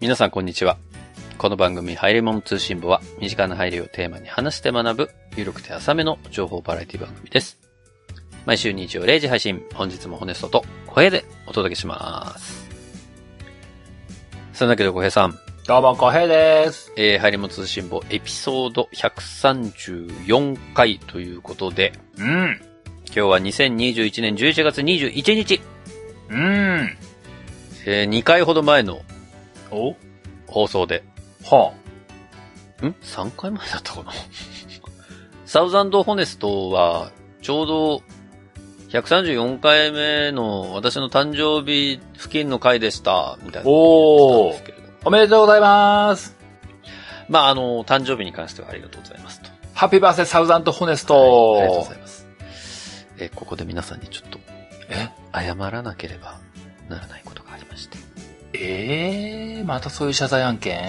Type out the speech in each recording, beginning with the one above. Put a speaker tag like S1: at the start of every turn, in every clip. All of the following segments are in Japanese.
S1: 皆さんこんにちは。この番組、ハイレモン通信簿は、身近な配慮をテーマに話して学ぶ、有力で浅めの情報バラエティ番組です。毎週日曜0時配信、本日もホネストと声でお届けします。そんなわけで小平さん、
S2: どうも、こへいです。
S1: えー、ハイレモン通信簿エピソード134回ということで、
S2: うん。
S1: 今日は2021年11月21日、
S2: うん。
S1: え2回ほど前の
S2: お
S1: 放送で、
S2: は
S1: ん ?3 回前だったかなサウザンドホネストは、ちょうど、134回目の私の誕生日付近の回でした、みたいな。
S2: おー
S1: ですけれども。
S2: おめでとうございます。
S1: まあ、あの、誕生日に関してはありがとうございますと。
S2: ハッピーバースデーサウザンとホネスト、
S1: はいありがとうございます。えーここで皆さんにちょっと、
S2: え
S1: 謝らなければならないことがありまして。
S2: ええー、またそういう謝罪案件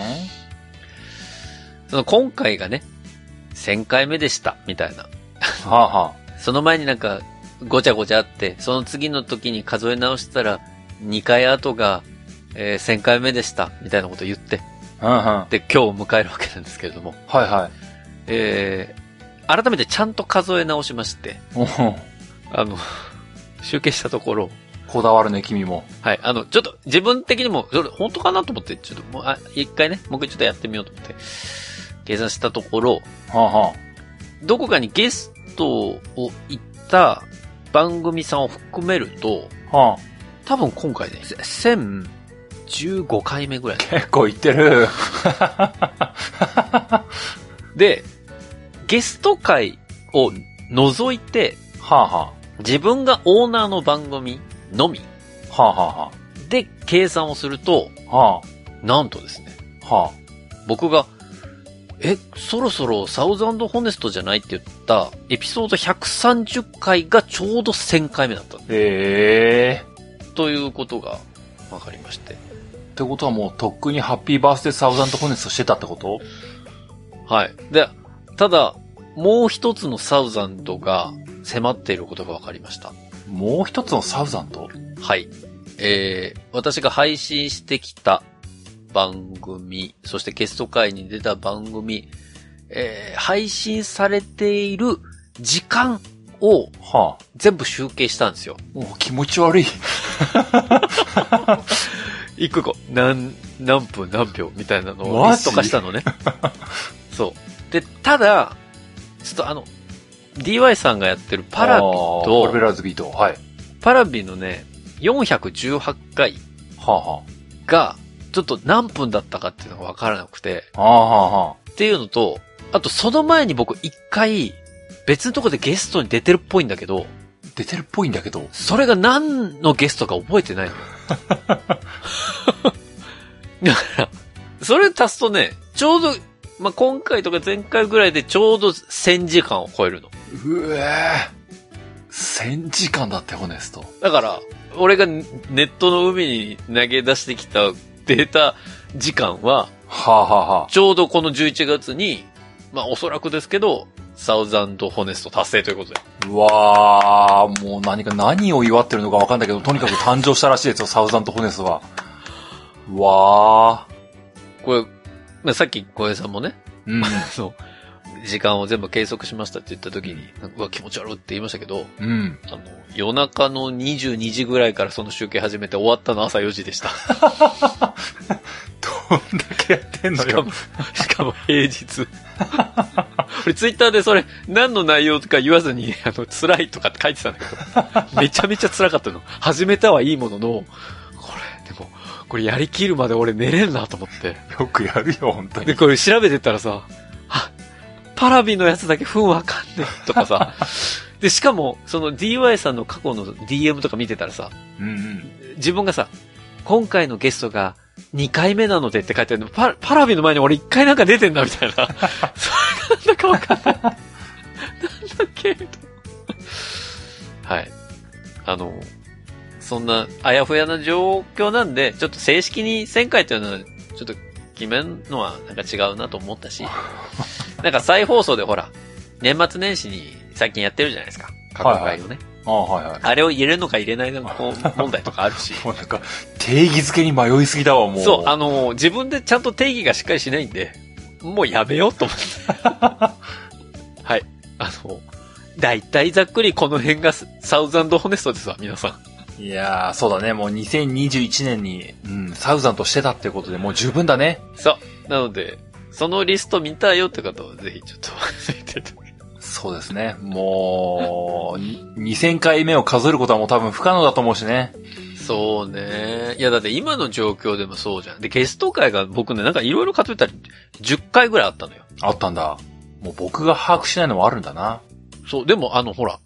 S1: その今回がね、1000回目でした、みたいな。
S2: はあ、は
S1: その前になんか、ごちゃごちゃあって、その次の時に数え直したら、2回後が、えー1000回目でした、みたいなこと言って、
S2: あ、
S1: で、今日を迎えるわけなんですけれども、
S2: うんうん。はいはい。
S1: えー改めてちゃんと数え直しまして、
S2: おほ
S1: あの、 集計したところ、
S2: こだわるね、君も。
S1: はい、あの、ちょっと自分的にも、それ本当かなと思って、ちょっともう、あ、一回ね、もう一回ちょっとやってみようと思って、計算したところ、
S2: はあ、は
S1: どこかにゲストを行った番組さんを含めると、
S2: あ、はあ。
S1: 多分今回ね、1015回目ぐらい。
S2: 結構言ってる。
S1: で、ゲスト会を除いて、
S2: はあ、は
S1: 自分がオーナーの番組のみ
S2: あ、はあ、は
S1: で計算をすると、
S2: あ、は
S1: なんとですね、
S2: あ、は
S1: 僕が、え、そろそろサウザンドホネストじゃないって言ったエピソード130回がちょうど1000回目だった
S2: ええー。
S1: ということが分かりまして。
S2: ってことはもう、とっくにハッピーバースデーサウザンとホネストしてたってこと
S1: はい。で、ただ、もう一つのサウザンドが迫っていることが分かりました。
S2: もう一つのサウザンと
S1: はい。えー、私が配信してきた番組、そしてゲスト会に出た番組、えー、配信されている時間を
S2: はあ。
S1: 全部集計したんですよ。
S2: もう気持ち悪い。
S1: 一個一個、何、何分何秒みたいなのを
S2: マ
S1: リス
S2: ジ
S1: ト化したの ね。そう。で、ただ、ちょっとあの、DY さんがやってるパラビ
S2: あーパラビ
S1: と、
S2: ラズビート。はい。
S1: パラビのね、418回
S2: はあ、は
S1: が、ちょっと何分だったかっていうのがわからなくて、
S2: あ、ああ、はあ、は
S1: っていうのと、あとその前に僕一回、別のとこでゲストに出てるっぽいんだけど、
S2: あ。出てるっぽいんだけど。
S1: それが何のゲストか覚えてないの。だから、それ足すとね、ちょうど、まあ、今回とか前回ぐらいでちょうど1000時間を超えるの。
S2: うえー。1000時間だって、ホネスト。
S1: だから、俺がネットの海に投げ出してきたデータ時間は、
S2: はあ、はあ、は
S1: ちょうどこの11月に、まあ、おそらくですけど、サウザンドホネスト達成ということで。
S2: あ。うわあ、もう何か、何を祝ってるのかわかんないけど、とにかく誕生したらしいですよ、サウザンとホネストは。うわあ。
S1: これ、まあ、さっき小平さんもね、
S2: うん。
S1: そう。時間を全部計測しましたって言った時に、なんかうわ、気持ち悪いって言いましたけど、
S2: うん。
S1: あの、夜中の22時ぐらいからその集計始めて終わったの朝4時でした。
S2: どんだけやってん
S1: しかも、しかも平日。俺ツイッターでそれ、何の内容か言わずに、あの、辛いとかって書いてたんだけど、めちゃめちゃ辛かったの。始めたはいいものの、これ、でも、これやりきるまで俺寝れんなと思って。
S2: よくやるよ、本当
S1: で、
S2: に。
S1: これ調べてたらさ、あ、パラビのやつだけ分わかんねえとかさ。で、しかも、その DY さんの過去の DM とか見てたらさ、
S2: うんうん。
S1: 自分がさ、今回のゲストが2回目なのでって書いてあるの、パパラビの前に俺1回なんか出てんだみたいな。それがなんだかわかんない。なんだっけみたいなはい。あの、そんなあやふやな状況なんで、ちょっと正式に1000回というのは、ちょっと決めるのはなんか違うなと思ったし、なんか再放送でほら、年末年始に最近やってるじゃないですか。過去回をね。
S2: ああ、はいはい。
S1: あれを入れるのか入れないのかこう問題とかあるし。
S2: もうなんか、定義づけに迷いすぎだわ、もう。
S1: そう、あのー自分でちゃんと定義がしっかりしないんで、もうやめようと思って。 はい。あの、だいたいざっくりこの辺がスサウザンドホネストですわ、皆さん。
S2: いやー、そうだね。もう2021年に、うん、サウザンとしてたってことでもう十分だね。
S1: そう。なので、そのリスト見たよって方はぜひちょっと見てて。
S2: そうですね。もう、 に2000回目を数えることはもう多分不可能だと思うしね。
S1: そうね。いや、だって今の状況でもそうじゃん。で、ゲスト会が僕ね、なんかいろいろ数えたら10回ぐらいあったのよ。
S2: あったんだ。もう僕が把握しないのもあるんだな。
S1: そう、でもあの、ほら、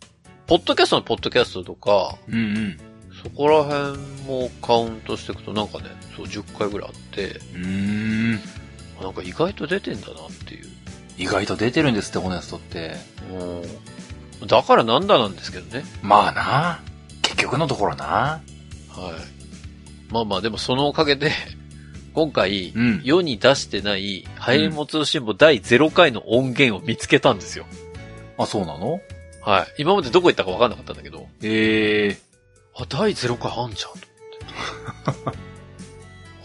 S1: ポッドキャストのポッドキャストとか、
S2: うんうん。
S1: そこら辺もカウントしていくとなんかね、そう10回ぐらいあって、
S2: うーん。
S1: なんか意外と出てんだなっていう。
S2: 意外と出てるんですって、ホネストって。
S1: うん。だからなんだなんですけどね。
S2: まあな。結局のところな。
S1: はい。まあまあ、でもそのおかげで、 今回、
S2: うん。
S1: 世に出してない、ハイエモ通信簿第0回の音源を見つけたんですよ。
S2: あ、そうなの
S1: はい。今までどこ行ったか分かんなかったんだけど、
S2: ええ
S1: あ、第0回あんじゃんと 思って。わ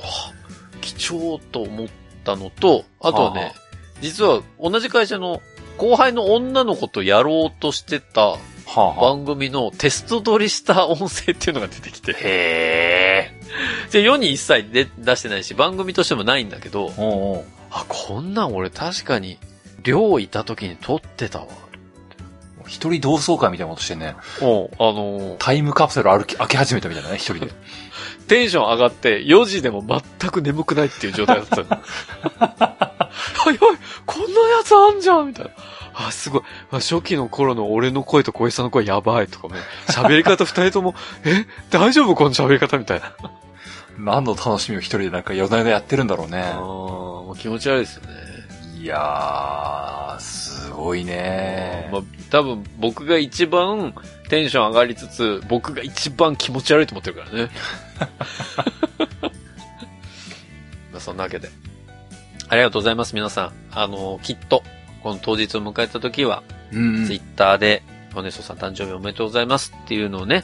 S1: あ、貴重と思ったのと、あとは
S2: はあは
S1: ね、実は同じ会社の後輩の女の子とやろうとしてた
S2: はあ、はあ。
S1: 番組のテスト撮りした音声っていうのが出てき て、
S2: へえ。
S1: で世に一切出出してないし、番組としてもないんだけど、
S2: おうおう。
S1: あ、こんなん俺確かに、寮いた時に撮ってたわ。
S2: 一人同窓会みたいなことしてね。
S1: うん、あのー
S2: タイムカプセル歩き、開け始めたみたいなね、一人で。
S1: テンション上がって4時でも全く眠くないっていう状態だったの。はいはい、こんなやつあんじゃんみたいな。あ、すごい。あ初期の頃の俺の声と小石さんの声やばいとかね。喋り方二人とも、え、大丈夫この喋り方みたいな。
S2: 何の楽しみを一人でなんか夜な夜なやってるんだろうね
S1: あ。もう気持ち悪いですよね。
S2: いやー、すごいね。
S1: まあ、多分僕が一番テンション上がりつつ、僕が一番気持ち悪いと思ってるからね。まあそんなわけで。ありがとうございます、皆さん。あの、きっと、この当日を迎えた時は、
S2: うんうん
S1: ツイッターで、ヨネソさん誕生日おめでとうございますっていうのをね、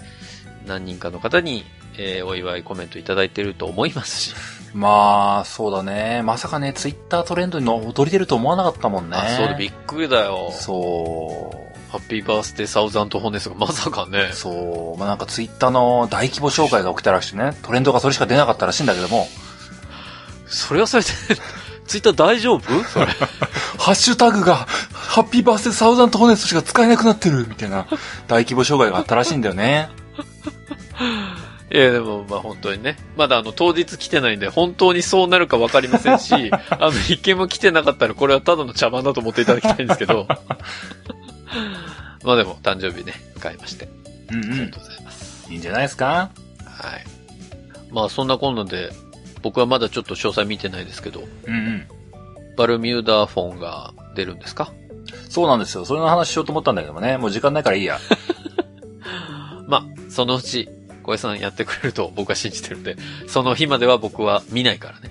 S1: 何人かの方に、えーお祝いコメントいただいてると思いますし。
S2: まあ、そうだね。まさかね、ツイッタートレンドに踊り出ると思わなかったもんね。
S1: あ、そうでびっくりだよ。
S2: そう。
S1: ハッピーバースデーサウザントホネスがまさかね。
S2: そう。まあなんかツイッターの大規模紹介が起きたらしくね、トレンドがそれしか出なかったらしいんだけ ども、
S1: それはそれで、ツイッター大丈夫それ。
S2: ハッシュタグが、ハッピーバースデーサウザントホネストしか使えなくなってるみたいな、大規模障害があったらしいんだよね。
S1: いや、でも、まあ本当にね。まだあの、当日来てないんで、本当にそうなるかわかりません し、あの、一件も来てなかったら、これはただの茶番だと思っていただきたいんですけ ど。まあでも、誕生日ね、迎えまして。
S2: うんう
S1: ありが
S2: ん
S1: と。うございます。
S2: いいんじゃないですか
S1: はい。まあそんなこんなで、僕はまだちょっと詳細見てないですけど、
S2: うんうん。
S1: バルミューダーフォンが出るんですか
S2: そうなんですよ。それの話しようと思ったんだけどもね、もう時間ないからいいや。
S1: まあ、そのうち、小江さんやってくれると僕は信じてるんで、その日までは僕は見ないからね。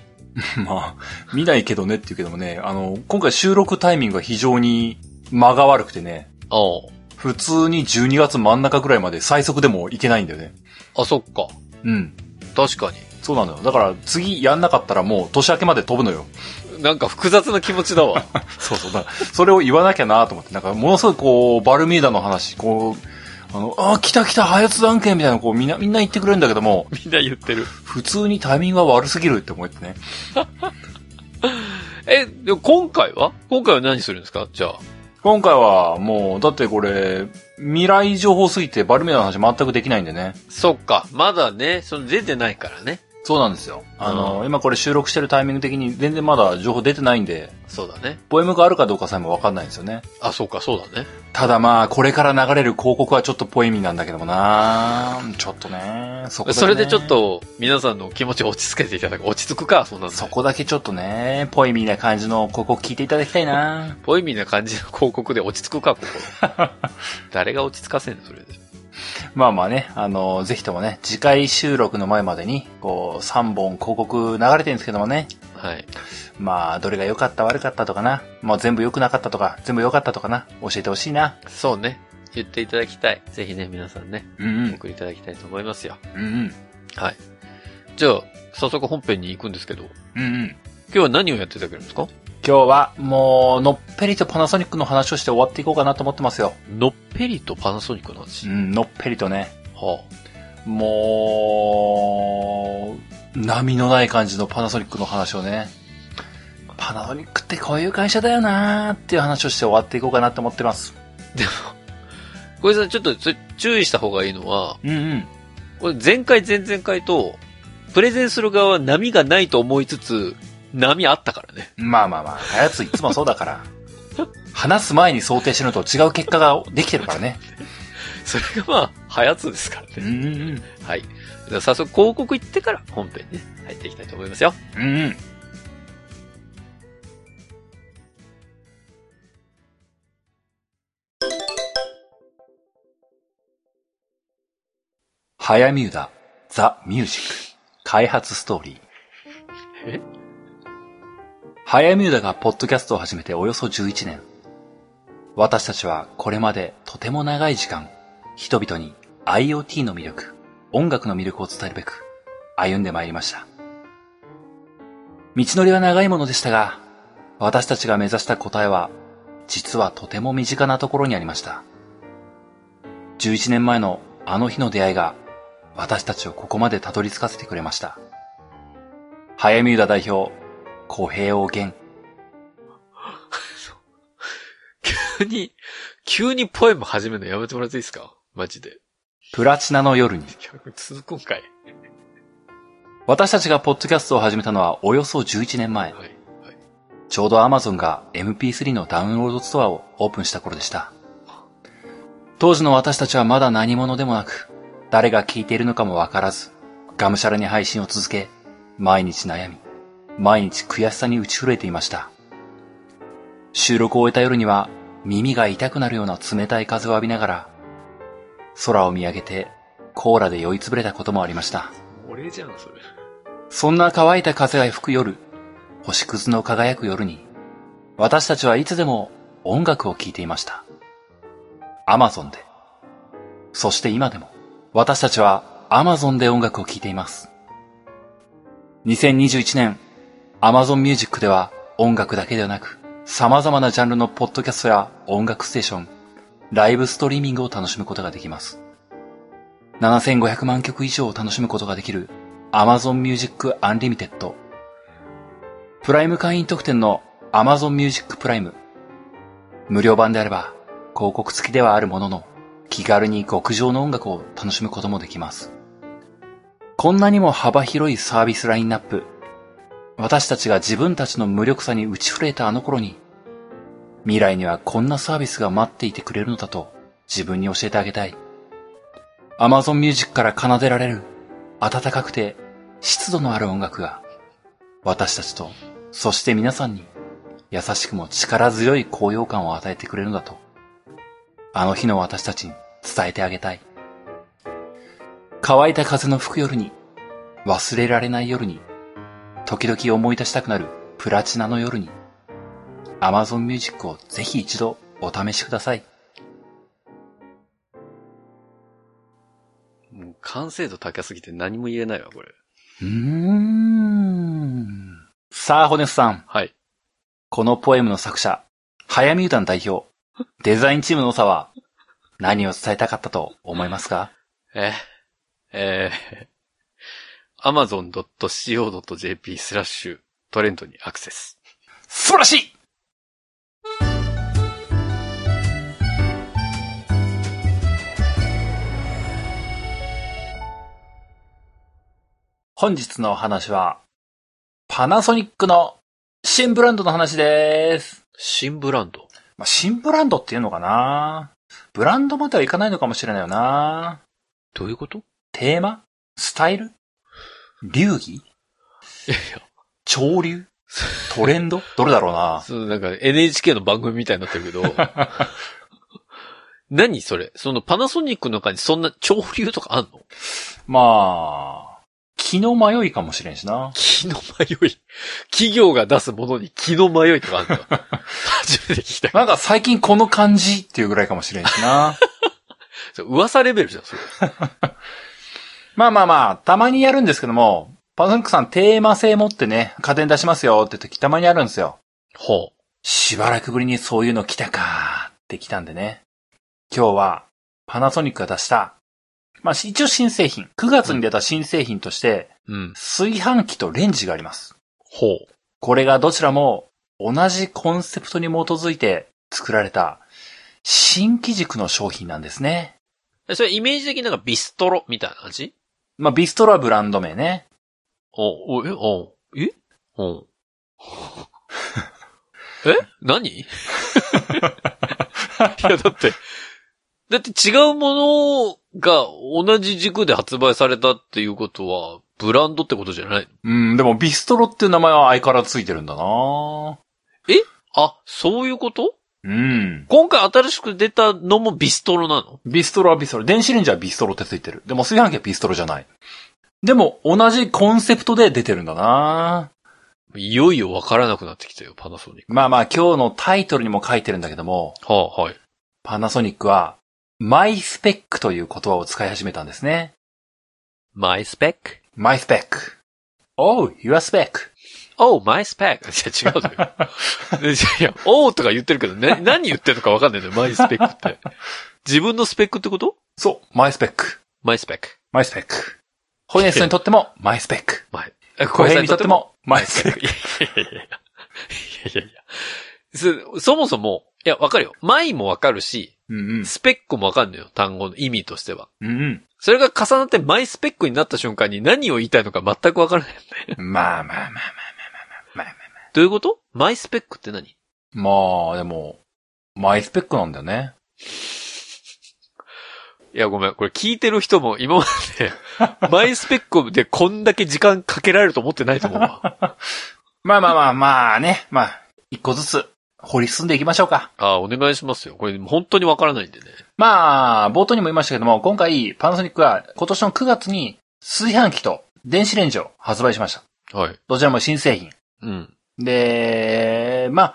S2: まあ、見ないけどねって言うけどもね、あの、今回収録タイミングが非常に間が悪くてね、
S1: おう
S2: 普通に12月真ん中ぐらいまで最速でもいけないんだよね。
S1: あ、そっか。
S2: うん。
S1: 確かに。
S2: そうなのよ。だから次やんなかったらもう年明けまで飛ぶのよ。
S1: なんか複雑な気持ちだ わ。
S2: そうそう。だからそれを言わなきゃなと思って、なんかものすごいこう、バルミューダの話、こう、あの、あー、来た来た、ハヤツ案件みたいなのこう、みんな、みんな言ってくれるんだけども、
S1: みんな言ってる。
S2: 普通にタイミングは悪すぎるって思ってね。
S1: え、でも今回は今回は何するんですかじゃあ。
S2: 今回はもう、だってこれ、未来情報すぎてバルミューダの話全くできないんでね。
S1: そっか。まだね、その出てないからね。
S2: そうなんですよ。あの、
S1: う
S2: 今これ収録してるタイミング的に全然まだ情報出てないんで、
S1: そうだね。
S2: ポエムがあるかどうかさえもわかんないんですよね。
S1: あ、そうか、そうだね。
S2: ただまあ、これから流れる広告はちょっとポエミなんだけどもなちょっとねそこだけね
S1: それでちょっ。と、皆さんの気持ちを落ち着けていただく。落ち着くか、そんなの。
S2: そこだけちょっとね、ポエミな感じの広告聞いていただきたいな
S1: ポエミーな感じの広告で落ち着くか、ここ。 誰が落ち着かせんの、それで。
S2: まあまあね、あの、ぜひともね、次回収録の前までに、こう、3本広告流れてるんですけどもね、
S1: はい。
S2: まあ、どれが良かった悪かったとかな、まあ全部良くなかったとか、全部良かったとかな、教えてほしいな。
S1: そうね。言っていただきたい。ぜひね、皆さんね、
S2: うんうん。
S1: 送りいただきたいと思いますよ。
S2: うんうん。
S1: はい。じゃあ、早速本編に行くんですけど、
S2: うんうん。
S1: 今日は何をやっていただけるんですか
S2: 今日は、もう、のっぺりとパナソニックの話をして終わっていこうかなと思ってますよ。
S1: のっぺりとパナソニックの
S2: う
S1: 話。
S2: ん、のっぺりとね。
S1: は
S2: もう、波のない感じのパナソニックの話をね。パナソニックってこういう会社だよなーっていう話をして終わっていこうかなと思ってます。
S1: あ、小林さん、ちょっとそれ注意した方がいいのは、
S2: うんうん。
S1: これ前回前々回と、プレゼンする側は波がないと思いつつ、波あったからね。
S2: まあまあまあ、あやついつもそうだから。話す前に想定してるのと違う結果ができてるからね。
S1: それがまあ、はやつですから
S2: うん
S1: ね。
S2: うん
S1: はい。では早速広告行ってから本編ね、入っていきたいと思いますよ。
S2: うん。うんうん。早見歌、ザ・ミュージック、開発ストーリー。
S1: え
S2: 早見だがポッドキャストを始めておよそ11年。私たちはこれまでとても長い時間、人々に IoT の魅力、音楽の魅力を伝えるべく、歩んでまいりました。道のりは長いものでしたが、私たちが目指した答えは、実はとても身近なところにありました。11年前のあの日の出会いが、私たちをここまでたどり着かせてくれました。早見浦代表、小平を元。
S1: 急に、急にポエム始めるのやめてもらっていいですかマジで。
S2: プラチナの夜に。
S1: 続くんかい。
S2: 私たちがポッドキャストを始めたのはおよそ11年前。
S1: はい。
S2: ちょうど Amazon が MP3 のダウンロードストアをオープンした頃でした。当時の私たちはまだ何者でもなく、誰が聞いているのかもわからず、がむしゃらに配信を続け、毎日悩み、毎日悔しさに打ち震えていました。収録を終えた夜には、耳が痛くなるような冷たい風を浴びながら、空を見上げて、コーラで酔いつぶれたこともありました。
S1: 俺じゃん、それ。
S2: そんな乾いた風が吹く夜、星屑の輝く夜に、私たちはいつでも音楽を聴いていました。アマゾンで。そして今でも、私たちはアマゾンで音楽を聴いています。2021年、アマゾンミュージックでは音楽だけではなく、様々なジャンルのポッドキャストや音楽ステーション、ライブストリーミングを楽しむことができます。7500万曲以上を楽しむことができる Amazon Music Unlimited プライム会員特典の Amazon Music プライム無料版であれば広告付きではあるものの気軽に極上の音楽を楽しむこともできますこんなにも幅広いサービスラインナップ私たちが自分たちの無力さに打ち震えたあの頃に未来にはこんなサービスが待っていてくれるのだと自分に教えてあげたい Amazon Music から奏でられる暖かくて湿度のある音楽が私たちと、そして皆さんに優しくも力強い高揚感を与えてくれるのだと、あの日の私たちに伝えてあげたい。乾いた風の吹く夜に、忘れられない夜に、時々思い出したくなるプラチナの夜に、Amazon Music をぜひ一度お試しください。
S1: もう完成度高すぎて何も言えないわ、これ。
S2: うーん。さあ、ホネスさん。
S1: はい。
S2: このポエムの作者、早見歌の代表、デザインチームの長は、何を伝えたかったと思いますか
S1: え、えー、amazon.co.jp スラッシュトレンドにアクセス。
S2: 素晴らしい本日のお話は、パナソニックの新ブランドの話です。
S1: 新ブランド。
S2: まあ、新ブランドっていうのかなブランドまではいかないのかもしれないよな
S1: どういうこと
S2: テーマスタイル流儀
S1: いやいや。
S2: 潮流トレン ドどれだろうな
S1: そう、なんか NHK の番組みたいになってるけど。何それそのパナソニックの中にそんな潮流とかあんの
S2: まあ、気の迷いかもしれんしな。
S1: 気の迷い。企業が出すものに気の迷いとかあんの初めて聞いた。
S2: なんか最近この感じっていうぐらいかもしれんしな。
S1: それ噂レベルじゃん、それ。
S2: まあまあまあ、たまにやるんですけども、パナソニックさんテーマ性持ってね、家電出しますよって時たまにあるんですよ。
S1: ほ
S2: しばらくぶりにそういうの来たかーって来たんでね。今日は、パナソニックが出した、まあし一応新製品、9月に出た新製品として、
S1: う。うん。
S2: 炊飯器とレンジがあります。
S1: ほう。
S2: これがどちらも同じコンセプトに基づいて作られた新機軸の商品なんですね。
S1: えそれイメージ的になんかビストロみたいな感じ
S2: まあビストロはブランド名ね。
S1: お、お、え、お、えお。 え何 いや、だって、だって違うものが同じ軸で発売されたっていうことは、ブランドってことじゃない
S2: うん、でもビストロっていう名前は相変わらずついてるんだな
S1: あ、そういうこと
S2: うん。
S1: 今回新しく出たのもビストロなの
S2: ビストロはビストロ。電子レンジはビストロってついてる。でも炊飯器はビストロじゃない。でも同じコンセプトで出てるんだない
S1: よいよわからなくなってきたよ、パナソニッ
S2: まあまあ今日のタイトルにも書いてるんだけども、
S1: ク。はあ、はい。
S2: パナソニックはマイスペックという言葉を使い始めたんですね。
S1: マイスペック
S2: My spec. Oh, your spec.
S1: Oh, my spec. いや、違うのよ。いや、oh とか言ってるけど、ね、何言ってるのかわかんないのよ、my spec って。自分のスペックってこと
S2: そう、my spec.
S1: ?my spec。
S2: my spec. ホイネストにとっても my spec.
S1: え、
S2: 小平にとっても my
S1: 小平
S2: spec.
S1: にとっても。いやいやいやいや。いやいやいやそ。そもそも、いや、わかるよ。my もわかるし、
S2: うんうん。
S1: スペックもわかんのよ、単語の意味としては。
S2: うん
S1: それが重なって my スペックになった瞬間に何を言いたいのか全くわからない。
S2: うん。まあまあまあまあまあまあまあまあまあ
S1: どういうこと ?my スペックって何
S2: まあ。まあ、でも、my spec なんだよね。
S1: いや、ごめん。これ聞いてる人も今まで、 マイスペックでこんだけ時間かけられると思ってないと思うわ。
S2: まあまあまあまあね。まあ、一個ずつ掘り進んでいきましょうか。
S1: ああ、お願いしますよ。これ本当にわからないんでね。
S2: まあ、冒頭にも言いましたけども、今回パナソニックは今年の9月に炊飯器と電子レンジを発売しました。
S1: はい。
S2: どちらも新製品。
S1: うん。
S2: で、まあ、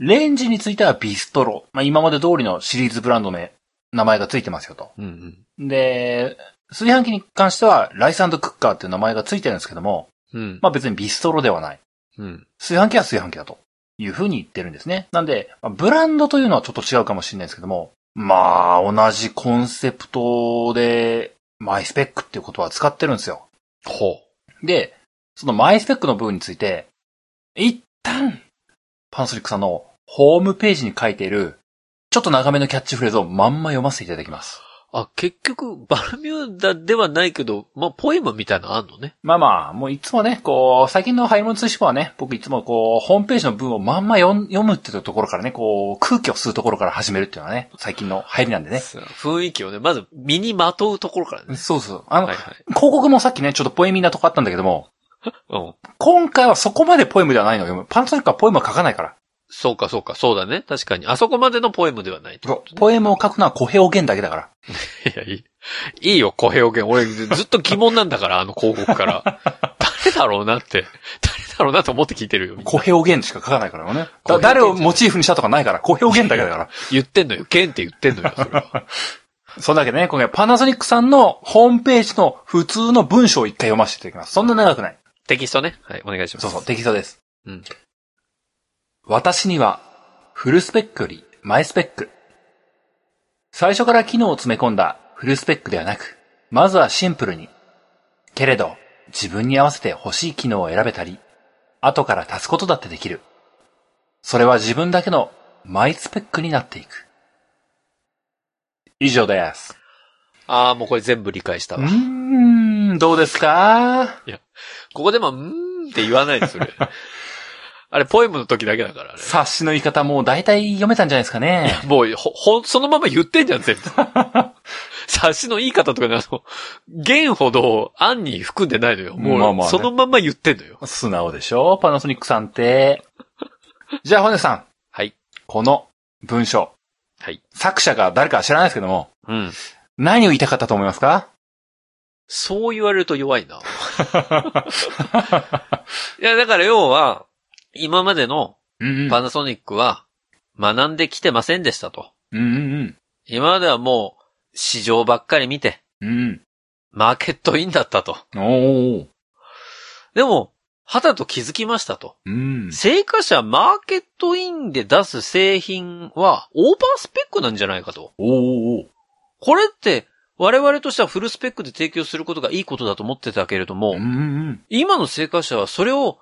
S2: レンジについてはビストロ。まあ、今まで通りのシリーズブランド名、名前がついてますよと。
S1: うんうん。
S2: で、炊飯器に関しては、ライスクッカーっていう名前がついてるんですけども、
S1: うん。
S2: まあ別にビストロではない。
S1: うん。
S2: 炊飯器は炊飯器だというふうに言ってるんですね。なんで、まあブランドというのはちょっと違うかもしれないですけども、まあ、同じコンセプトで、マイスペックっていうことは使ってるんですよ。
S1: ほ
S2: で、そのマイスペックの部分について、一旦、パナソニックさんのホームページに書いている、ちょっと長めのキャッチフレーズをまんま読ませていただきます。
S1: う。あ、結局、バルミューダではないけど、まあ、ポエムみたいなのあんのね。
S2: まあまあ、もういつもね、こう、最近のハイモン通信簿はね、僕いつもこう、ホームページの文をまんま読ん読むっていうところからね、こう、空気を吸うところから始めるっていうのはね、最近の流行りなんでね。
S1: そう雰囲気をね、まず身にまとうところからね。
S2: そうそう。あの、
S1: はいはい。
S2: 広告もさっきね、ちょっとポエミーなとこあったんだけども、
S1: うん。
S2: 今回はそこまでポエムではないのよ。パナソニックはポエムは書かないから。
S1: そうかそうか、そうだね。確かに。あそこまでのポエムではない と。
S2: ポエムを書くのは小平おげんだけだから。
S1: いや、いい。いいよ、小平源。俺、ずっと疑問なんだから、あの広告から。 誰だろうなって。誰だろうなと思って聞いてるよ。みんな
S2: 小平を源しか書かないからね。
S1: 小平源
S2: だ誰をモチーフにしたとかないから、小平を源だけだか
S1: 言ってんのよ。源って言ってんのよ、それは。
S2: ら。そんなわけでね、今回パナソニックさんのホームページの普通の文章を一回読ませていただきます。そんな長くない。
S1: テキストね。はい、お願いします。
S2: そうそう、適当です。
S1: うん
S2: 私には、フルスペックよりマイスペック。最初から機能を詰め込んだフルスペックではなく、まずはシンプルに。けれど、自分に合わせて欲しい機能を選べたり、後から足すことだってできる。それは自分だけのマイスペックになっていく。以上です。
S1: ああ、もうこれ全部理解した
S2: う
S1: わ。こ
S2: ーん、どうですか
S1: こでも、うーんって言わない です、それ。あれ、ポエムの時だけだから、あれ
S2: 察しの言い方もう大体読めたんじゃないですかね。
S1: もう、ほ、ほ、そのまま言ってんじゃん、 全部。察しの言い方とかね、あの、言ほど、案に含んでないのよ。もう、
S2: まあまあね
S1: そのまま言ってんのよ。
S2: 素直でしょパナソニックさんって。じゃあ、ホネさん。
S1: はい。
S2: この文章。
S1: はい。
S2: 作者が誰かは知らないですけども、
S1: うん。
S2: 何を言いたかったと思いますか
S1: そう言われると弱 いな。いや、だから要は、今までの
S2: うんうん。
S1: パナソニックは学んできてませんでしたと。
S2: うんうんうん。
S1: 今まではもう、市場ばっかり見て、
S2: うん。
S1: マーケットインだったと。
S2: おー。
S1: でも、肌と気づきましたと。
S2: うん。
S1: 成果者マーケットインで出す製品はオーバースペックなんじゃないかと。
S2: おーおー。
S1: これって我々としてはフルスペックで提供することがいいことだと思ってたけれども、
S2: うんうん
S1: 今の成果者はそれを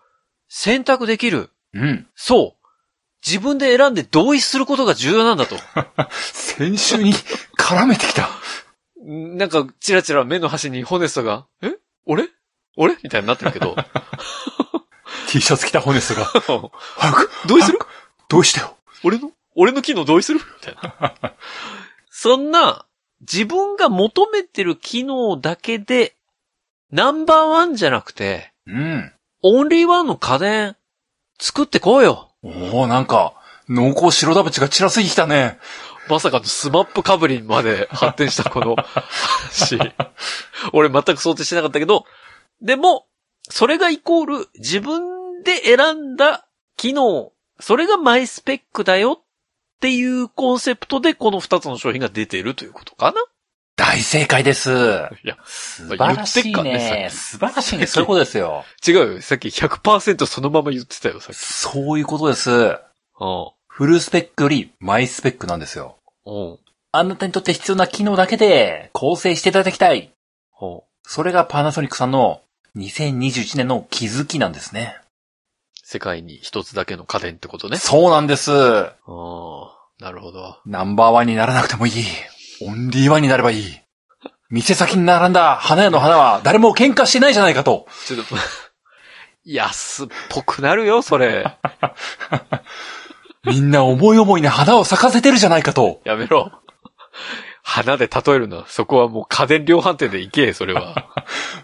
S1: 選択できる。
S2: うん。うん。
S1: そう。自分で選んで同意することが重要なんだと。
S2: 先週に絡めてきた。
S1: なんか、ちらちら目の端にホネストが、え俺俺みたいになってるけ ど。
S2: T シャツ着たホネストが。早く、
S1: 同意する
S2: どうしてよ。
S1: 俺の俺の機能同意するみたいな。そんな、自分が求めてる機能だけで、ナンバーワンじゃなくて、
S2: うん。
S1: オンリーワンの家電、作ってこうよ。
S2: おー、なんか、濃厚白ダブチがちらついてきたね。
S1: まさかのスマップかぶりにまで発展したこの 話。俺全く想定してなかったけど、でも、それがイコール自分で選んだ機能、それがマイスペックだよっていうコンセプトでこの二つの商品が出ているということかな
S2: 大正解です。
S1: いや、
S2: 素
S1: 晴
S2: 晴
S1: ら
S2: ら
S1: し
S2: し
S1: いね
S2: いね。素晴らしいね。そういうことですよ。
S1: 違うよ。さっき100%そのまま言ってたよ、さっき。
S2: そういうことです。フルスペックよりマイスペックなんですよ。
S1: うん。うん。
S2: あなたにとって必要な機能だけで構成していただきたい。
S1: うん。
S2: それがパナソニックさんの2021年の気づきなんですね。
S1: 世界に一つだけの家電ってことね。
S2: そうなんです。
S1: うん。なるほど。
S2: ナンバーワンにならなくてもいい。オンリーワンになればいい。店先に並んだ花屋の花は誰も喧嘩してないじゃないかと。
S1: ちょっと、 安っぽくなるよ、それ。
S2: みんな思い思いに花を咲かせてるじゃないかと。
S1: やめろ。花で例えるな。そこはもう家電量販店で行け、それは。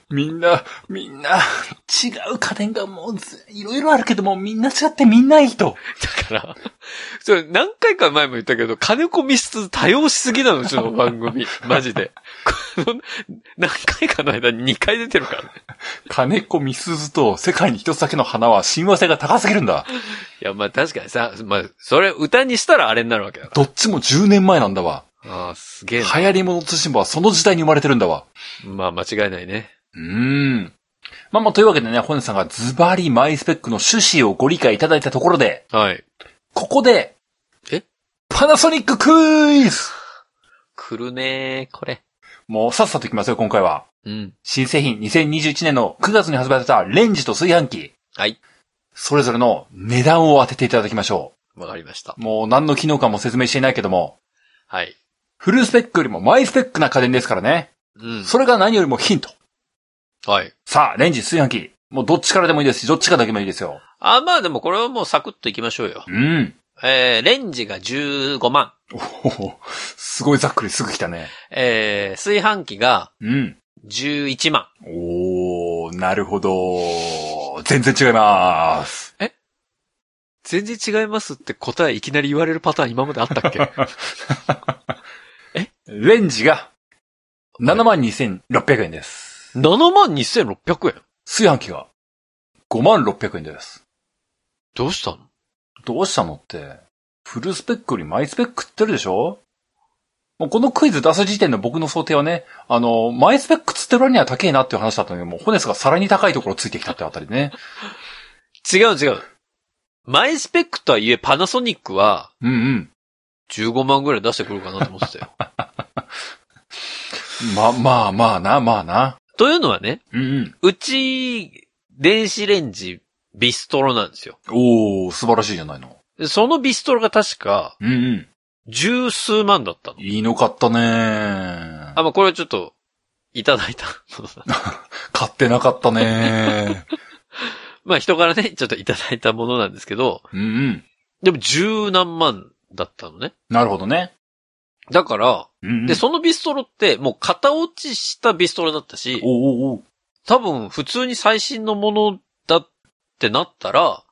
S2: みんな、みんな、違う家電がもうずいろいろあるけどもみんな違ってみんないいと。
S1: だから、それ何回か前も言ったけど、金子密室多用しすぎなの、うちの番組。マジで。この何回かの間に2回出てるからね。
S2: 金子みすずと世界に一つだけの花は親和性が高すぎるんだ。
S1: いや、まあ確かにさ、まあ、それ歌にしたらあれになるわけだか
S2: どっちも10年前なんだわ。
S1: ら。ああ、すげえ
S2: 流
S1: な。
S2: 行り物通信簿はその時代に生まれてるんだわ。
S1: まあ間違いないね。
S2: うーん。まあまあ、というわけでね、本さんがズバリマイスペックの趣旨をご理解いただいたところで、
S1: はい。
S2: ここで、
S1: え
S2: パナソニッククイズ
S1: 来るねー、これ。
S2: もうさっさといきますよ、今回は。
S1: うん。
S2: 新製品2021年の9月に発売されたレンジと炊飯器。
S1: はい。
S2: それぞれの値段を当てていただきましょ
S1: わかりました
S2: う。。もう何の機能かも説明していないけども、
S1: はい。
S2: フルスペックよりもマイスペックな家電ですからね。
S1: うん。
S2: それが何よりもヒント。
S1: はい。
S2: さあ、レンジ、炊飯器。もうどっちからでもいいですし、どっちかだけでもいいですよ。
S1: あ、まあでもこれはもうサクッといきましょうよ。
S2: うん。
S1: えー、レンジが15万。
S2: おおすごいざっくりすぐ来たね。
S1: えー、炊飯器が
S2: うん。
S1: 11万。
S2: おー、なるほど。全然違います。
S1: 全然違いますって答えいきなり言われるパターン今まであったっけ
S2: レンジが72,600円です。
S1: ?7 万2600円。
S2: 炊飯器が56,600円です。
S1: どうしたの
S2: どうしたのって、フルスペックよりマイスペックって言ってるでしょもうこのクイズ出す時点の僕の想定はね、あの、マイスペックつってる割には高いなっていう話だったのに、もうホネスがさらに高いところついてきたってあたりね。
S1: 違う違う。マイスペックとはいえパナソニックは
S2: うんうん。
S1: 15万ぐらい出してくるかなと思ってたよ。
S2: ま、まあまあな、まあな。
S1: というのはね、
S2: うんうん。
S1: うち、電子レンジ、ビストロなんですよ。
S2: おー、素晴らしいじゃないの。
S1: でそのビストロが確か、
S2: うんうん。
S1: 十数万だったの。
S2: いいの買ったねー
S1: あ、まあ、これはちょっと、いただいた。
S2: 買ってなかったねー
S1: まあ、人からね、ちょっといただいたものなんですけど、
S2: うんうん。
S1: でも十何万だったのね。
S2: なるほどね。
S1: だから、
S2: うんうん
S1: で、そのビストロって、もう型落ちしたビストロだったし、
S2: おーおー
S1: 多分、普通に最新のものだってなったら、っ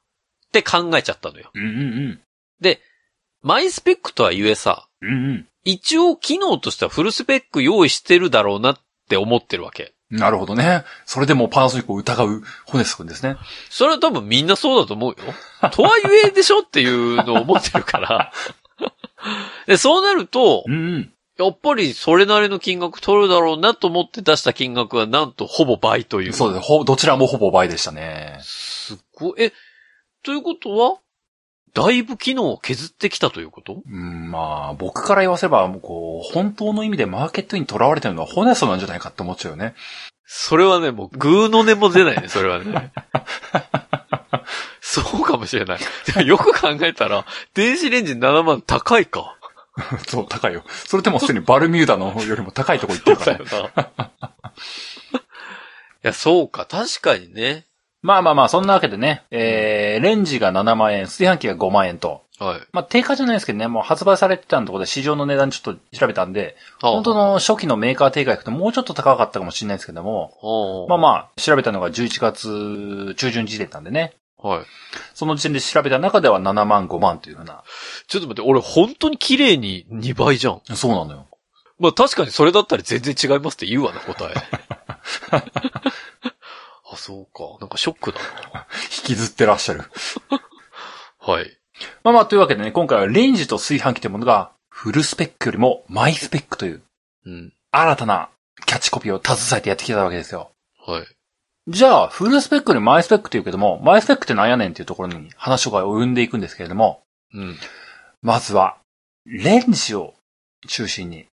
S1: て考えちゃったのよ。
S2: うんうん
S1: マイスペックとは言えさ、
S2: うん。うん
S1: 一応機能としてはフルスペック用意してるだろうなって思ってるわけ。
S2: うん。なるほどね。それでもうパナソニックを疑うホネス君ですね。
S1: それは多分みんなそうだと思うよ。とは 言えでしょっていうのを思ってるから。で、そうなると
S2: う、んうん。
S1: やっぱりそれなりの金額取るだろうなと思って出した金額はなんとほぼ倍という。
S2: そうです。ほ、どちらもほぼ倍でしたね。
S1: すっごい。え、ということは、だいぶ機能を削ってきたということ
S2: うん、まあ、僕から言わせれば、もうこう、本当の意味でマーケットに囚われてるのはホネストなんじゃないかって思っちゃうよね。
S1: それはね、もう、グーの音も出ないね、 それはね。そうかもしれない。でもよく考えたら、電子レンジ7万高いか。
S2: そう、高いよ。それでもすでにバルミューダのよりも高いとこ行ってる から、ね。
S1: な。 いや、そうか、確かにね。
S2: まあまあまあ、そんなわけでね、えー、レンジが7万円、炊飯器が5万円と。
S1: はい。
S2: まあ、定価じゃないですけどね、もう発売されてたところで市場の値段ちょっと調べたんで、本当の初期のメーカー定価行くともうちょっと高かったかもしれないですけども、
S1: の
S2: まあまあ、調べたのが11月中旬時点なんでね、
S1: あ、はい。
S2: その時点で調べた中では7万5万というふうな。
S1: ちょっと待って、俺本当に綺麗に2倍じゃん。
S2: そうなのよ。
S1: まあ確かにそれだったら全然違いますって言うわな、答 え。あ、そうか。なんかショックだ
S2: 引きずってらっしゃる。
S1: な。はい。
S2: まあまあ、というわけでね、今回はレンジと炊飯器というものが、フルスペックよりもマイスペックという
S1: うん。
S2: 新たなキャッチコピーを携えてやってきたわけですよ。
S1: はい。
S2: じゃあ、フルスペックよりマイスペックというけども、マイスペックってなんやねんっていうところに話が及んでいくんですけれども、
S1: うん。
S2: まずは、レンジを中心に、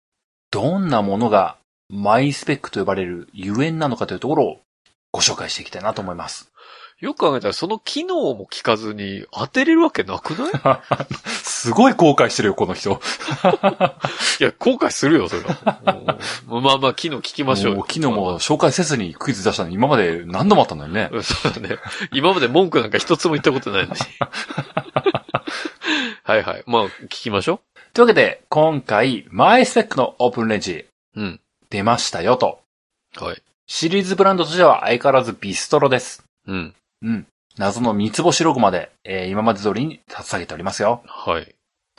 S2: どんなものがマイスペックと呼ばれるゆえんなのかというところをご紹介していきたいなと思います。
S1: よく考えたらその機能も聞かずに当てれるわけなくない
S2: すごい後悔してるよ、この人。
S1: いや、後悔するよ、それ は。うんまあまあ、機能聞きましょうよ
S2: もう昨日も紹介せずにクイズ出したのに今まで何度もあったんだよね。
S1: うんそうだね。今まで文句なんか一つも言ったことないの に。はいはい。まあ、聞きましょ
S2: というわけで、今回、マイスペックのオープンレンジ
S1: う。うん。
S2: 出ましたよと。
S1: はい。
S2: シリーズブランドとしては相変わらずビストロです。
S1: うん。
S2: うん。謎の三つ星ロゴまで、えー今まで通りに立ち上げておりますよ。
S1: はい。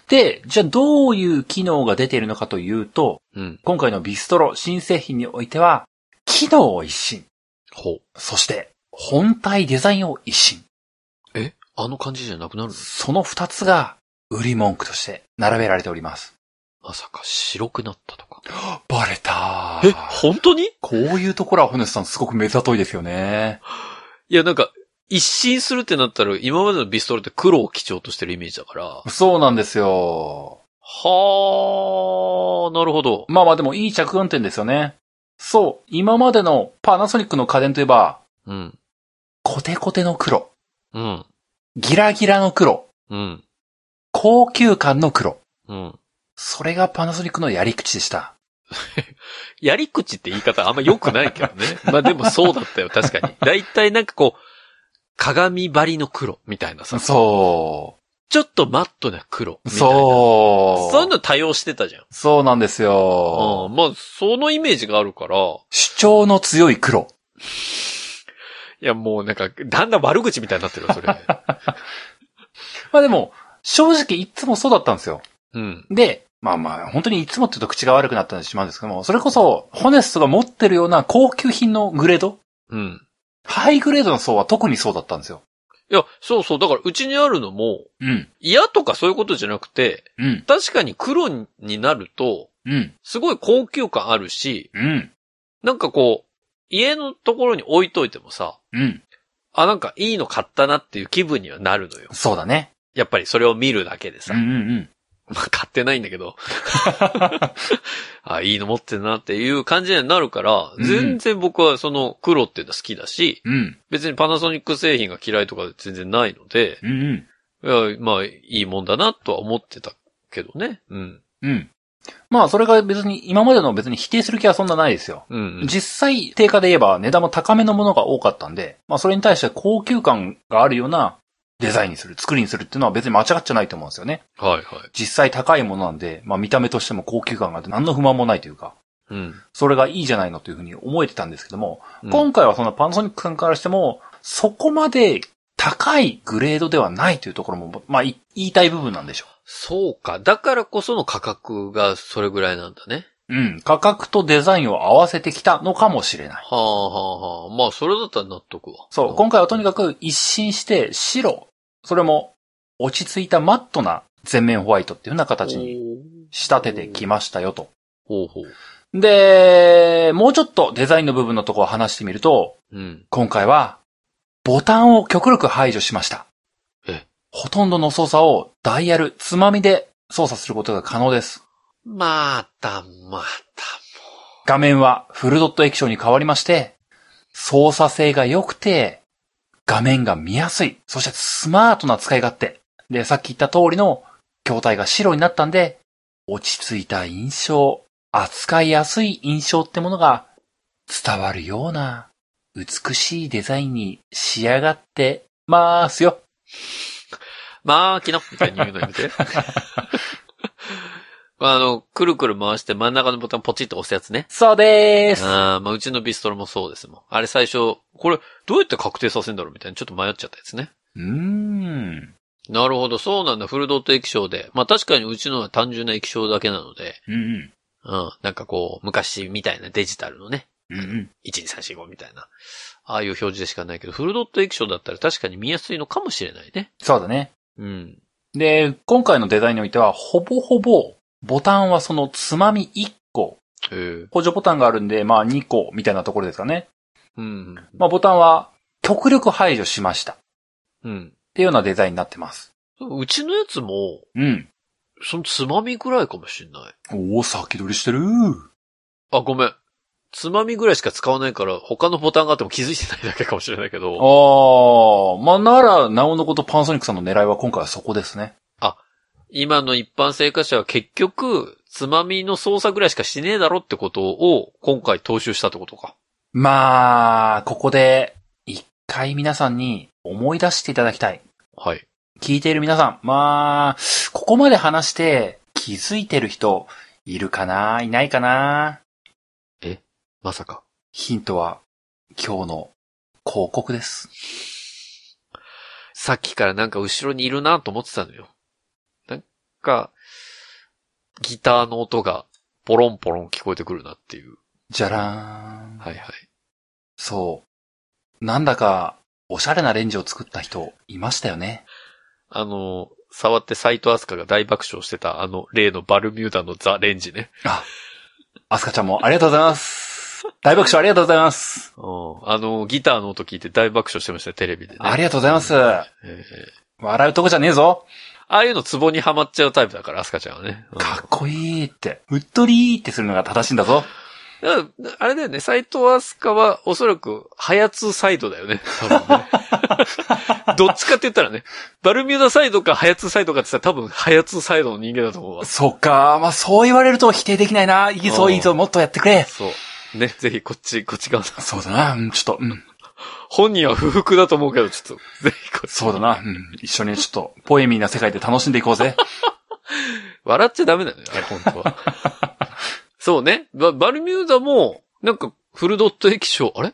S2: で、じゃあどういう機能が出ているのかというと、
S1: うん。
S2: 今回のビストロ新製品においては、機能を一新。
S1: ほう。
S2: そして、本体デザインを一新。
S1: えあの感じじゃなくなるの
S2: その二つが、売り文句として並べられております。
S1: まさか白くなったとか。
S2: バレた
S1: え、本当に
S2: こういうところはホネスさんすごく目ざといですよね。
S1: いや、なんか、一新するってなったら、今までのビストロって黒を基調としてるイメージだから。は
S2: そうなんですよ。
S1: ー、なるほど。
S2: まあまあでもいい着眼点ですよね。そう、今までのパナソニックの家電といえば、
S1: うん。
S2: コテコテの黒、
S1: うん。
S2: ギラギラの黒、
S1: うん。
S2: 高級感の黒。
S1: うん。
S2: それがパナソニックのやり口でした。
S1: やり口って言い方あんま良くないけどね。まあでもそうだったよ、確かに。だいたいなんかこう、鏡張りの黒みたいなさ。
S2: そ
S1: ちょっとマットな黒
S2: う。
S1: みたいな。
S2: そう。
S1: そういうの多用してたじゃん。
S2: そうなんですよ。
S1: うん。まあ、そのイメージがあるから、
S2: 主張の強い黒。
S1: いやもうなんか、だんだん悪口みたいになってるわ、それ。
S2: まあでも、正直いつもそうだったんですよ。
S1: うん。
S2: で、まあまあ、本当にいつもって言うと口が悪くなったりしまうんですけども、それこそ、ホネストが持ってるような高級品のグレード
S1: うん。
S2: ハイグレードの層は特にそうだったんですよ。
S1: いや、そうそう。だから、うちにあるのも、
S2: うん、
S1: 嫌とかそういうことじゃなくて、
S2: うん、
S1: 確かに黒になると、
S2: うん、
S1: すごい高級感あるし、
S2: うん、
S1: なんかこう、家のところに置いといてもさ、
S2: うん。
S1: あ、なんかいいの買ったなっていう気分にはなるのよ。
S2: そうだね。
S1: やっぱりそれを見るだけで
S2: う
S1: さ。
S2: ん、うん、
S1: まあ買ってないんだけど。 あ、いいの持ってるなっていう感じになるから、
S2: うん
S1: 全然僕はその黒っていうのは好きだし、
S2: うん、うん、
S1: 別にパナソニック製品が嫌いとか全然ないので、
S2: うん、
S1: いや、まあ、いいもんだなとは思ってたけどね。うん。
S2: うん。まあ、それが別に、今までの別に否定する気はそんなないですよ。
S1: うん、うん。
S2: 実際、定価で言えば値段も高めのものが多かったんで、まあ、それに対して高級感があるようなデザインにする、作りにするっていうのは別に間違っちゃないと思うんですよね。
S1: はいはい。
S2: 実際高いものなんで、まあ見た目としても高級感があって何の不満もないというか、
S1: うん。
S2: それがいいじゃないのというふうに思えてたんですけども、
S1: うん
S2: 今回はそのパナソニックさんからしても、そこまで高いグレードではないというところも、まあい言いたい部分なんでしょ
S1: そうか。だからこその価格がそれぐらいなんだね。
S2: う。うん。価格とデザインを合わせてきたのかもしれない。
S1: はあはあはあ。まあ、それだったら納得は。
S2: そう、今回はとにかく一新して白、それも落ち着いたマットな全面ホワイトっていうような形に
S1: に
S2: 仕立ててきましたよと。
S1: ほうほう。
S2: で、もうちょっとデザインの部分のところを話してみると、
S1: うん。
S2: 今回は、ボタンを極力排除しました。
S1: え
S2: ほとんどの操作をダイヤル、つまみで操作することが可能です。
S1: また、また。
S2: 画面はフルドット液晶に変わりまして、操作性が良くて、画面が見やすい、そしてスマートな使い勝手。で、さっき言った通りの筐体が白になったんで、落ち着いた印象、扱いやすい印象ってものが伝わるような美しいデザインに仕上がってますよ。
S1: まあ、きな、みたいに言うのやめ て。まあ、あの、くるくる回して真ん中のボタンポチッと押すやつね。
S2: そうです。
S1: あーまあ、うちのビストロもそうですもん。あれ最初、これ、どうやって確定させるんだろうみたいな、ちょっと迷っちゃったやつね。
S2: うーん。
S1: なるほど、そうなんだ。フルドット液晶で。まあ確かにうちのは単純な液晶だけなので、
S2: うんうん。
S1: うん。なんかこう、昔みたいなデジタルのね、
S2: うんうん。
S1: 12345みたいな、ああいう表示でしかないけど、フルドット液晶だったら確かに見やすいのかもしれないね。
S2: そうだね。
S1: うん。
S2: で、今回のデザインにおいては、ほぼほぼ、ボタンはそのつまみ1個、
S1: へえ。
S2: 補助ボタンがあるんで、まあ2個みたいなところですかね。
S1: うん。
S2: まあボタンは極力排除しました。っ
S1: うん。
S2: ていうようなデザインになってます。
S1: うちのやつも、
S2: うん。
S1: そのつまみぐらいかもしれない。
S2: おお、先取りしてる
S1: あ、ごめん。つまみぐらいしか使わないから、他のボタンがあっても気づいてないだけかもしれないけ
S2: あ
S1: ど。
S2: ー、まあなら、なおのことパナソニックさんの狙いは今回はそこですね。
S1: 今の一般生活者は結局、つまみの操作ぐらいしかしねえだろってことを、今回踏襲したってことか。
S2: まあ、ここで、一回皆さんに思い出していただきたい。
S1: はい。
S2: 聞いている皆さん、まあ、ここまで話して気づいてる人、いるかないないかな
S1: まさか。
S2: ヒントは、今日の広告です。
S1: さっきからなんか後ろにいるなと思ってたのよ。なんか、ギターの音が、ポロンポロン聞こえてくるなっていう。
S2: じゃらーん。
S1: はいはい。
S2: そう。なんだか、おしゃれなレンジを作った人、いましたよね。
S1: あの、触って斎藤飛鳥が大爆笑してた、あの、例のバルミューダのザ・レンジね。
S2: アスカちゃんもありがとうございます。大爆笑ありがとうございます。
S1: うん。あの、ギターの音聞いて大爆笑してましたね、テレビでね。
S2: ありがとうございます。
S1: ええ
S2: 笑うとこじゃねえぞ。
S1: ああいうのツボにはまっちゃうタイプだから、アスカちゃんはね。うん
S2: かっこいいって、うっとりーってするのが正しいんだぞ。
S1: だからあれだよね、斎藤飛鳥はおそらく、ハヤツーサイドだよね。多分 ねどっちかって言ったらね、バルミューダサイドかハヤツーサイドかって言ったら多分、ハヤツーサイドの人間だと思うわ。
S2: そっか、まあそう言われると否定できないな。いいぞ、
S1: うん
S2: いいぞ、もっとやってくれ。
S1: そう。ね、ぜひこっち、こっち側さん。
S2: そうだな、うん、ちょっと、うん、
S1: 本人は不服だと思うけど、ちょっと、ぜひこっち。
S2: そうだな、うん、一緒にちょっと、ポエミーな世界で楽しんでいこうぜ。
S1: 笑っちゃダメだよね、あれ、本当 は。そうね。ババルミューダも、なんか、フルドット液晶、あれ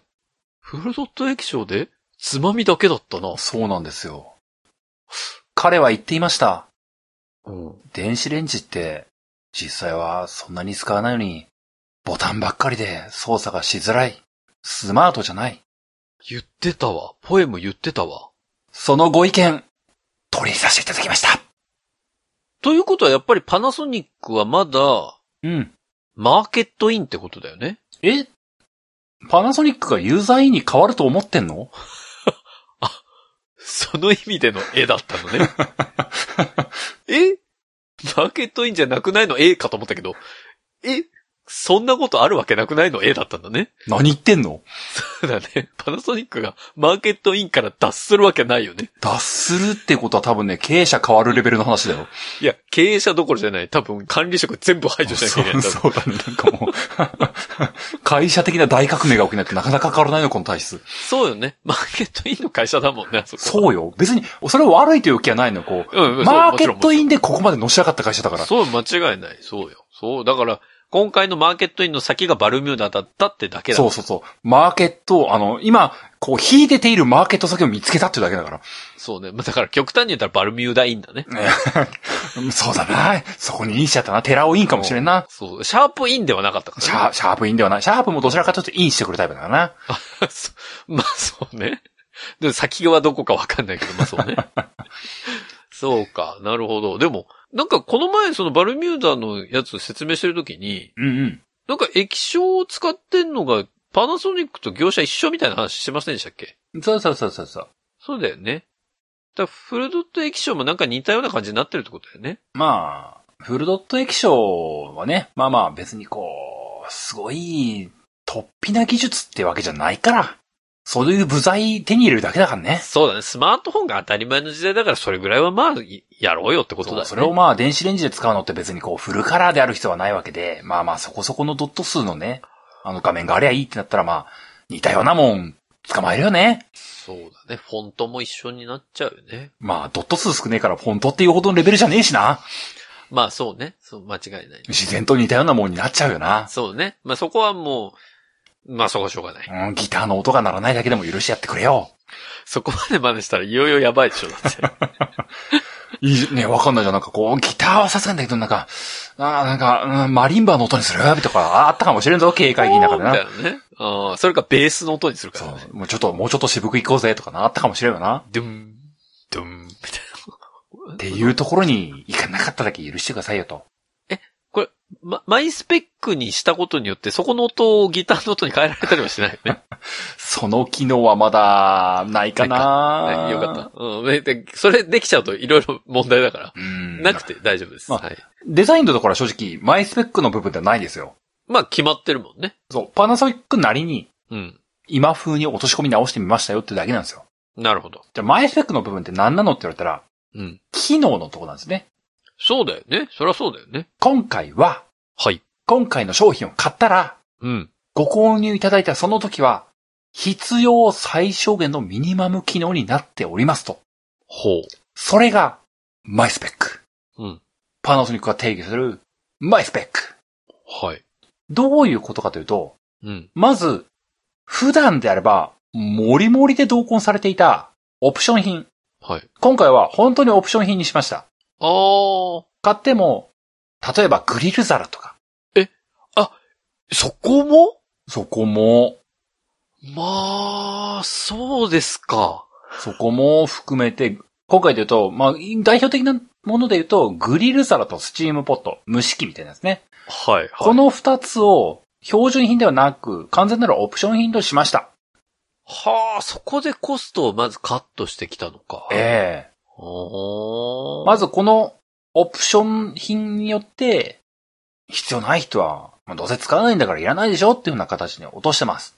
S1: フルドット液晶で、つまみだけだったな。
S2: そうなんですよ。彼は言っていました。
S1: うん。
S2: 電子レンジって、実際はそんなに使わないのに、ボタンばっかりで操作がしづらい。スマートじゃない。
S1: 言ってたわ。ポエム言ってたわ。
S2: そのご意見、取り入れさせていただきました。
S1: ということはやっぱりパナソニックはまだ、
S2: うん。
S1: マーケットインってことだよね。
S2: えパナソニックがユーザー E に変わると思ってんの
S1: その意味での絵だったのね。えマーケットインじゃなくないの絵かと思ったけど、えそんなことあるわけなくないの絵だったんだね。
S2: 何言ってんの
S1: そうだね。パナソニックがマーケットインから脱するわけないよね。
S2: 脱するってことは多分ね、経営者変わるレベルの話だよ。
S1: いや、経営者どころじゃない。多分管理職全部排除しなきゃいけないんだろう。
S2: そうそうだね。なんかもう、会社的な大革命が起きないとなかなか変わらないの、この体質。
S1: そうよね。マーケットインの会社だもんね、あそこは。
S2: そうよ。別に、それは悪いという気はないの、こ
S1: う
S2: う。
S1: ん。うん、そう
S2: マー
S1: も
S2: ケ
S1: ちろん
S2: ットインでここまでのし上がった会社だから。
S1: そう、間違いない。そうよ。そう。だから、今回のマーケットインの先がバルミューダだったってだけだ。
S2: そうそうそう。マーケット、あの、今、こう、引いてているマーケット先を見つけたっていうだけだから。
S1: そうね。まあだから極端に言ったらバルミューダインだね。
S2: うんそうだな。そこにインしちゃったな。寺尾インかもしれんな。
S1: そう。シャープインではなかったから、ね。
S2: シャーシャープインではない。シャープもどちらかというとインしてくるタイプだからな。
S1: そう まあそうね。で、先はどこかわかんないけど、まあそうね。そうか、なるほど。でも、なんかこの前そのバルミューダのやつ説明してるときに、
S2: うんうん。
S1: なんか液晶を使ってんのがパナソニックと業者一緒みたいな話してませんでしたっけ
S2: そうそうそうそうそう。
S1: そうだよね。だからフルドット液晶もなんか似たような感じになってるってことだよね。
S2: まあ、フルドット液晶はね、まあまあ別にこう、すごい、突飛な技術ってわけじゃないから。そういう部材手に入れるだけだからね。
S1: そうだね。スマートフォンが当たり前の時代だからそれぐらいはまあ、いやろうよってことだよね。
S2: そうそれをまあ電子レンジで使うのって別にこうフルカラーである必要はないわけで、まあまあそこそこのドット数のね、あの画面がありゃいいってなったらまあ、似たようなもん、捕まえるよね。
S1: そうだね。フォントも一緒になっちゃうよね。
S2: まあドット数少ねえからフォントっていうほどのレベルじゃねえしな。
S1: まあそうね。そう、間違いない。
S2: 自然と似たようなもんになっちゃうよな。
S1: そうね。まあそこはもう、まあそこはしょうがない。
S2: うん、ギターの音が鳴らないだけでも許してやってくれよ。
S1: そこまで真似したらいよいよやばいでしょ、だって。
S2: いいじね、わかんないじゃん。なんかこう、ギターはさすがにだけど、なんか、あーなんか、うんマリンバの音にするとか、あったかもしれんぞ、警戒議の中でな。
S1: そうだよね。ああ、それかベースの音にするか
S2: そ
S1: らね。
S2: う、もうちょっと、もうちょっと渋く行こうぜとかな、あったかもしれんよな。
S1: ドゥン、ドゥン、みたいな。
S2: っていうところに行かなかっただけ許してくださいよと。
S1: ま、マイスペックにしたことによって、そこの音をギターの音に変えられたりはしないよね。
S2: その機能はまだ、ないかな
S1: はいよかった。うん。えでそれできちゃうといろいろ問題だから。
S2: た。うん。
S1: なくて大丈夫です。
S2: まあ
S1: はい。
S2: デザインのところは正直、マイスペックの部分ではないですよ。
S1: まあ、決まってるもんね。
S2: そう、パナソニックなりに、
S1: うん。
S2: 今風に落とし込み直してみましたよってだけなんですよ。
S1: なるほど。
S2: じゃあ、マイスペックの部分って何なのって言われたら、
S1: うん。
S2: 機能のところなんですね。
S1: そうだよね。そりゃそうだよね。
S2: 今回は、
S1: はい。
S2: 今回の商品を買ったら、
S1: うん。
S2: ご購入いただいたその時は、必要最小限のミニマム機能になっておりますと。
S1: ほう。
S2: それが、マイスペック。
S1: うん。
S2: パナソニックが定義する、マイスペック。
S1: はい。
S2: どういうことかというと、
S1: うん。
S2: まず、普段であれば、もりもりで同梱されていた、オプション品。
S1: はい。
S2: 今回は本当にオプション品にしました。
S1: あー。
S2: 買っても、例えばグリル皿とか、
S1: そこも
S2: そこも、
S1: まあ、そうですか。
S2: そこも含めて、今回で言うと、まあ、代表的なもので言うと、グリル皿とスチームポット、蒸し器みたいなですね。
S1: はい、はい。
S2: この二つを、標準品ではなく、完全なるオプション品としました。
S1: はあ、そこでコストをまずカットしてきたのか。
S2: ええ
S1: おー
S2: まずこの、オプション品によって、必要ない人は、まあ、どうせ使わないんだからいらないでしょっていうような形に落としてます。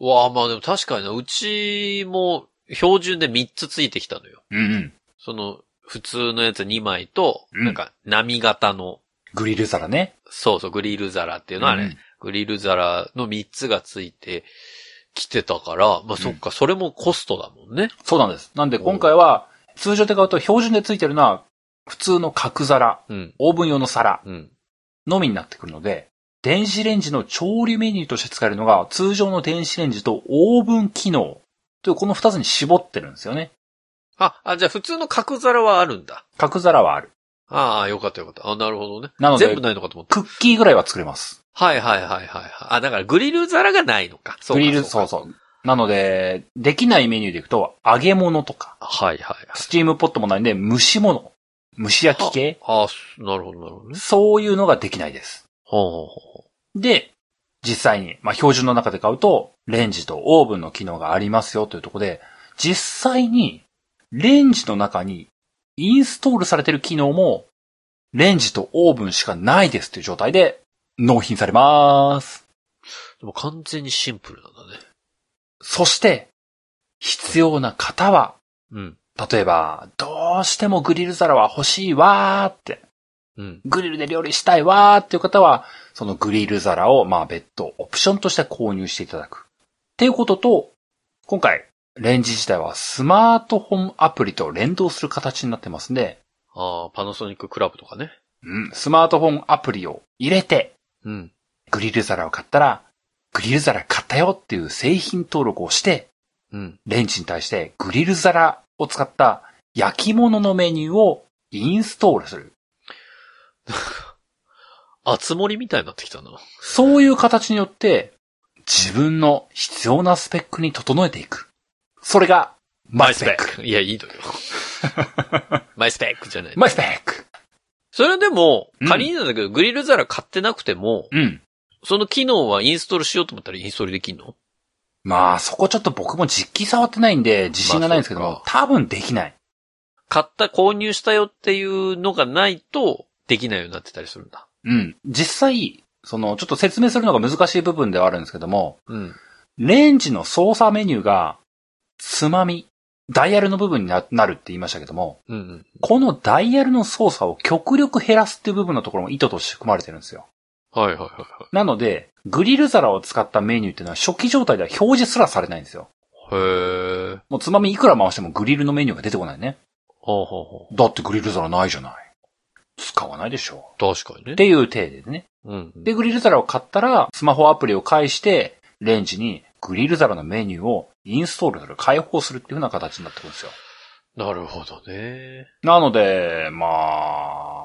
S1: わあ、まあでも確かにな、うちも標準で3つついてきたのよ。
S2: うんうん。
S1: その、普通のやつ2枚と、
S2: うん
S1: なんか、波型の、
S2: グリル皿ね。
S1: そうそう、グリル皿っていうのはね、グリル皿の3つがついてきてたから、まあそっか、それもコストだもんね。
S2: そうなんです。なんで今回は、通常で買うと標準でついてるのは、普通の角皿、
S1: うん。
S2: オーブン用の皿、
S1: うん。
S2: のみになってくるので、電子レンジの調理メニューとして使えるのが通常の電子レンジとオーブン機能というこの二つに絞ってるんですよね。
S1: あ、あ、じゃあ普通の角皿はあるんだ。
S2: 角皿はある。
S1: ああ、よかったよかった。あ、なるほどね。
S2: なので
S1: 全部ないのかと思った。
S2: クッキーぐらいは作れます。
S1: はいはいはいはいはい。あ、だからグリル皿がないのか。そう
S2: グ
S1: か
S2: リル、
S1: そ
S2: そうう
S1: か。
S2: そう。なので、できないメニューでいくと、揚げ物とか、
S1: はいはいはい。
S2: スチームポットもないんで、蒸し物、蒸し焼き系、
S1: ああ、すなるほどなるほどね。
S2: そういうのができないです。
S1: ほうほうほう
S2: で、実際に、まあ、標準の中で買うと、レンジとオーブンの機能がありますよというところで、実際に、レンジの中に、インストールされてる機能も、レンジとオーブンしかないですという状態で、納品されます。
S1: でも完全にシンプルなんだね。
S2: そして、必要な方は、
S1: うん。
S2: 例えば、どうしてもグリル皿は欲しいわーって、
S1: うん。
S2: グリルで料理したいわーっていう方は、そのグリル皿を、まあ別途オプションとして購入していただく。っていうことと、今回、レンジ自体はスマートフォンアプリと連動する形になってますんで、
S1: ああ、パナソニッククラブとかね。
S2: うん、スマートフォンアプリを入れて、
S1: うん。
S2: グリル皿を買ったら、グリル皿買ったよっていう製品登録をして、
S1: うん。
S2: レンジに対してグリル皿を使った焼き物のメニューをインストールする。
S1: あつ森みたいになってきたな。
S2: そういう形によって、自分の必要なスペックに整えていく。それが、マイスペック。
S1: いや、いいのよ。 マイスペックじゃない。
S2: マイスペック
S1: それでも
S2: うん、
S1: 仮になんだけど、グリル皿買ってなくても、
S2: うん。
S1: その機能はインストールしようと思ったらインストールできんの
S2: まあ、そこちょっと僕も実機触ってないんで、自信がないんですけど
S1: まあそ
S2: も
S1: う、
S2: 多分できない。
S1: 買った、購入したよっていうのがないと、できないようになってたりするんだ。
S2: うん。実際、その、ちょっと説明するのが難しい部分ではあるんですけども、
S1: うん。
S2: レンジの操作メニューが、つまみ、ダイヤルの部分にななるって言いましたけども、
S1: うんうん。
S2: このダイヤルの操作を極力減らすっていう部分のところも意図として含まれてるんですよ。
S1: はいはいはいはい。
S2: なので、グリル皿を使ったメニューっていうのは初期状態では表示すらされないんですよ。
S1: へー。
S2: もうつまみいくら回してもグリルのメニューが出てこないね。
S1: ほうほうほ
S2: だってグリル皿ないじゃない。使わないでしょ。
S1: う。確かにね
S2: っ。ていう体でね。
S1: うんうん。
S2: で、グリル皿を買ったら、スマホアプリを介して、レンジにグリル皿のメニューをインストールする、開放するっていう風な形になってくるんですよ。
S1: なるほどね。
S2: なので、ま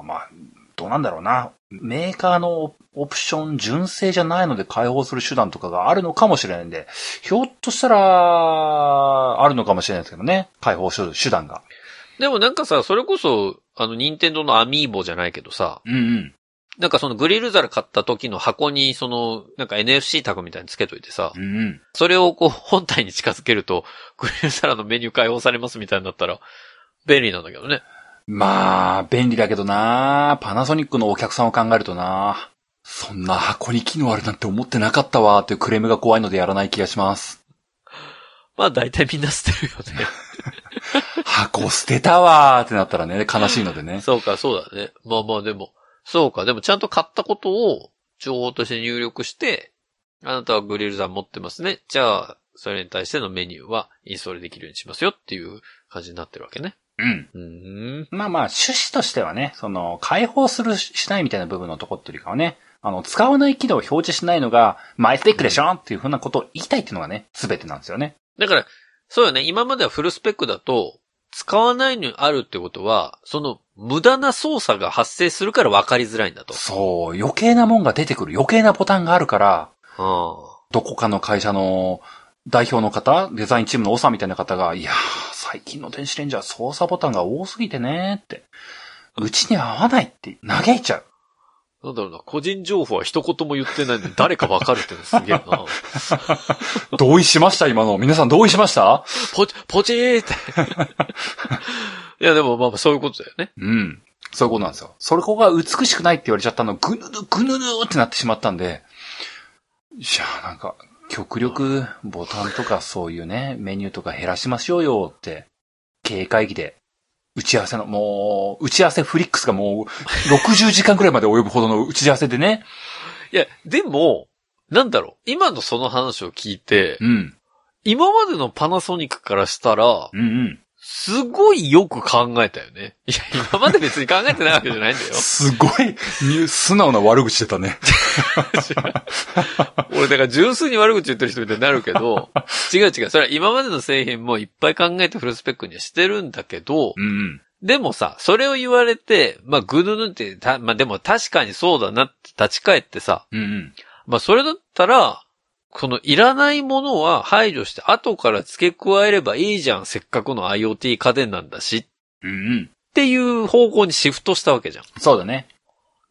S2: あ、まあ、どうなんだろうな。メーカーのオプション純正じゃないので開放する手段とかがあるのかもしれないんで、ひょっとしたら、あるのかもしれないですけどね。開放する手段が。
S1: でもなんかさ、それこそ、あの、任天堂のアミーボじゃないけどさ、
S2: うんうん。
S1: なんかそのグリル皿買った時の箱に、その、なんか NFC タグみたいにつけといてさ、
S2: うんうん。
S1: それをこう、本体に近づけると、グリル皿のメニュー解放されますみたいになったら、便利なんだけどね。
S2: まあ、便利だけどなパナソニックのお客さんを考えるとなそんな箱に機能あるなんて思ってなかったわーっていうクレームが怖いのでやらない気がします。
S1: まあ大体みんな捨てるよね。
S2: 箱捨てたわーってなったらね、悲しいのでね。
S1: そうか、そうだね。まあまあでも、そうか、でもちゃんと買ったことを情報として入力して、あなたはグリルさん持ってますね。じゃあ、それに対してのメニューはインストールできるようにしますよっていう感じになってるわけね。
S2: うん。
S1: うーん。
S2: まあまあ、趣旨としてはね、その、解放するしないみたいな部分のとこっていうよりかはね、あの、使わない機能を表示しないのが、マイスティックでしょっていうふうなことを言いたいっていうのがね、すべてなんですよね。
S1: だから、そうよね。今まではフルスペックだと、使わないのにあるってことは、その無駄な操作が発生するから分かりづらいんだと。
S2: そう、余計なもんが出てくる、余計なボタンがあるから、
S1: あ
S2: どこかの会社の代表の方、デザインチームの長みたいな方が、いやー、最近の電子レンジは操作ボタンが多すぎてねーって、うちに合わないって嘆いちゃう。
S1: あ。なんだろうな。個人情報は一言も言ってないのに誰か分かるってのすげえな。
S2: 同意しました今の。皆さん同意しました
S1: ポチ、ポチーって。 いや、でもまあまあそういうことだよね。
S2: うん。そういうことなんですよ。それこが美しくないって言われちゃったの、ぐぬぬ、ぐぬぬってなってしまったんで、じゃあなんか、極力ボタンとかそういうね、メニューとか減らしましょうよって、経営会議で、打ち合わせの、もう、打ち合わせフリックスがもう、60時間くらいまで及ぶほどの打ち合わせでね。
S1: いや、でも、なんだろう。今のその話を聞いて、
S2: うん。
S1: 今までのパナソニックからしたら、
S2: うんうん。。
S1: すごいよく考えたよね。いや、今まで別に考えてないわけじゃないんだよ
S2: すごい、に素直な悪口出たね。
S1: 俺、だから純粋に悪口言ってる人みたいになるけ ど、違う違う。それは今までの製品もいっぱい考えてフルスペックにはしてるんだけど、
S2: うんうん。
S1: でもさ、それを言われて、まあ、ぐぬぬって、たまあ、でも確かにそうだなって立ち返ってさ、
S2: うんうん。
S1: まあ、それだったら、このいらないものは排除して後から付け加えればいいじゃん。せっかくの IoT 家電なんだし。っ
S2: うんうん。
S1: ていう方向にシフトしたわけじゃん。だか
S2: そうだね。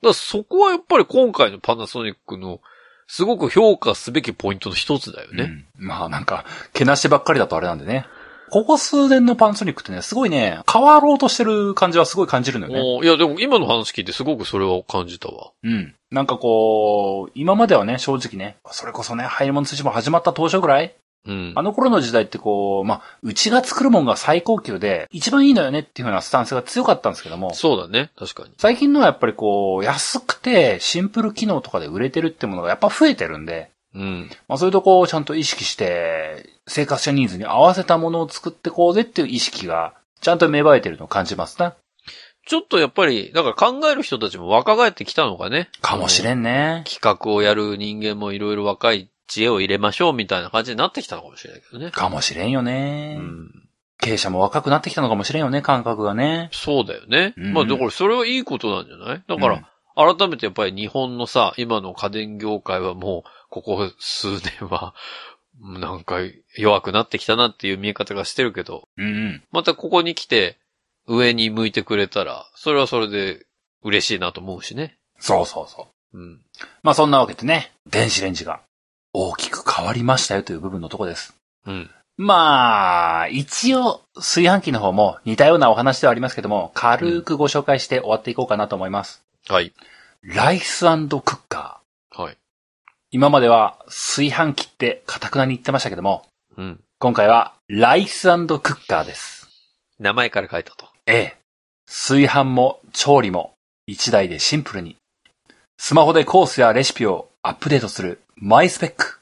S1: らそこはやっぱり今回のパナソニックのすごく評価すべきポイントの一つだよね。
S2: うんまあなんか、けなしてばっかりだとあれなんでね。ここ数年のパナソニックってね、すごいね、変わろうとしてる感じはすごい感じるのよね。
S1: おーいや、でも今の話聞いてすごくそれは感じたわ。
S2: うん。なんかこう、今まではね、正直ね、それこそね、入り物通信も始まった当初ぐらい、
S1: うん
S2: あ。の頃の時代ってこう、まあ、うちが作るもんが最高級で、一番いいのよねっていうふうなスタンスが強かったんですけども、
S1: そうだね。確かに。
S2: 最近のはやっぱりこう、安くてシンプル機能とかで売れてるってものがやっぱ増えてるんで、
S1: うん。
S2: まあそういうとこをちゃんと意識して、生活者ニーズに合わせたものを作ってこうぜっていう意識が、ちゃんと芽生えてるのを感じますな。
S1: ちょっとやっぱり、だから考える人たちも若返ってきたのかね。
S2: かもし
S1: ん。
S2: れんね。
S1: 企画をやる人間もいろいろ若い知恵を入れましょうみたいな感じになってきたのかもしれないけどね。
S2: かもしれんよね
S1: う。ん。
S2: 経営者も若くなってきたのかもしれんよね、感覚がね。
S1: そうだよね。
S2: うん
S1: まあだからそれはいいことなんじゃないだから、改めてやっぱり日本のさ、今の家電業界はもう、ここ数年は、なんか弱くなってきたなっていう見え方がしてるけど、
S2: うんうん。
S1: またここに来て、上に向いてくれたら、それはそれで嬉しいなと思うしね。
S2: そうそうそう。
S1: うん。
S2: まあそんなわけでね、電子レンジが大きく変わりましたよという部分のとこです。
S1: うん。
S2: まあ、一応、炊飯器の方も似たようなお話ではありますけども、軽くご紹介して終わっていこうかなと思います。
S1: はい。
S2: ライスクッカー。
S1: はい。
S2: 今までは炊飯器って堅くなに言ってましたけども、
S1: うん。
S2: 今回はライスクッカーです。
S1: 名前から書いたと。
S2: ええ。炊飯も調理も一台でシンプルに。スマホでコースやレシピをアップデートするマイスペック。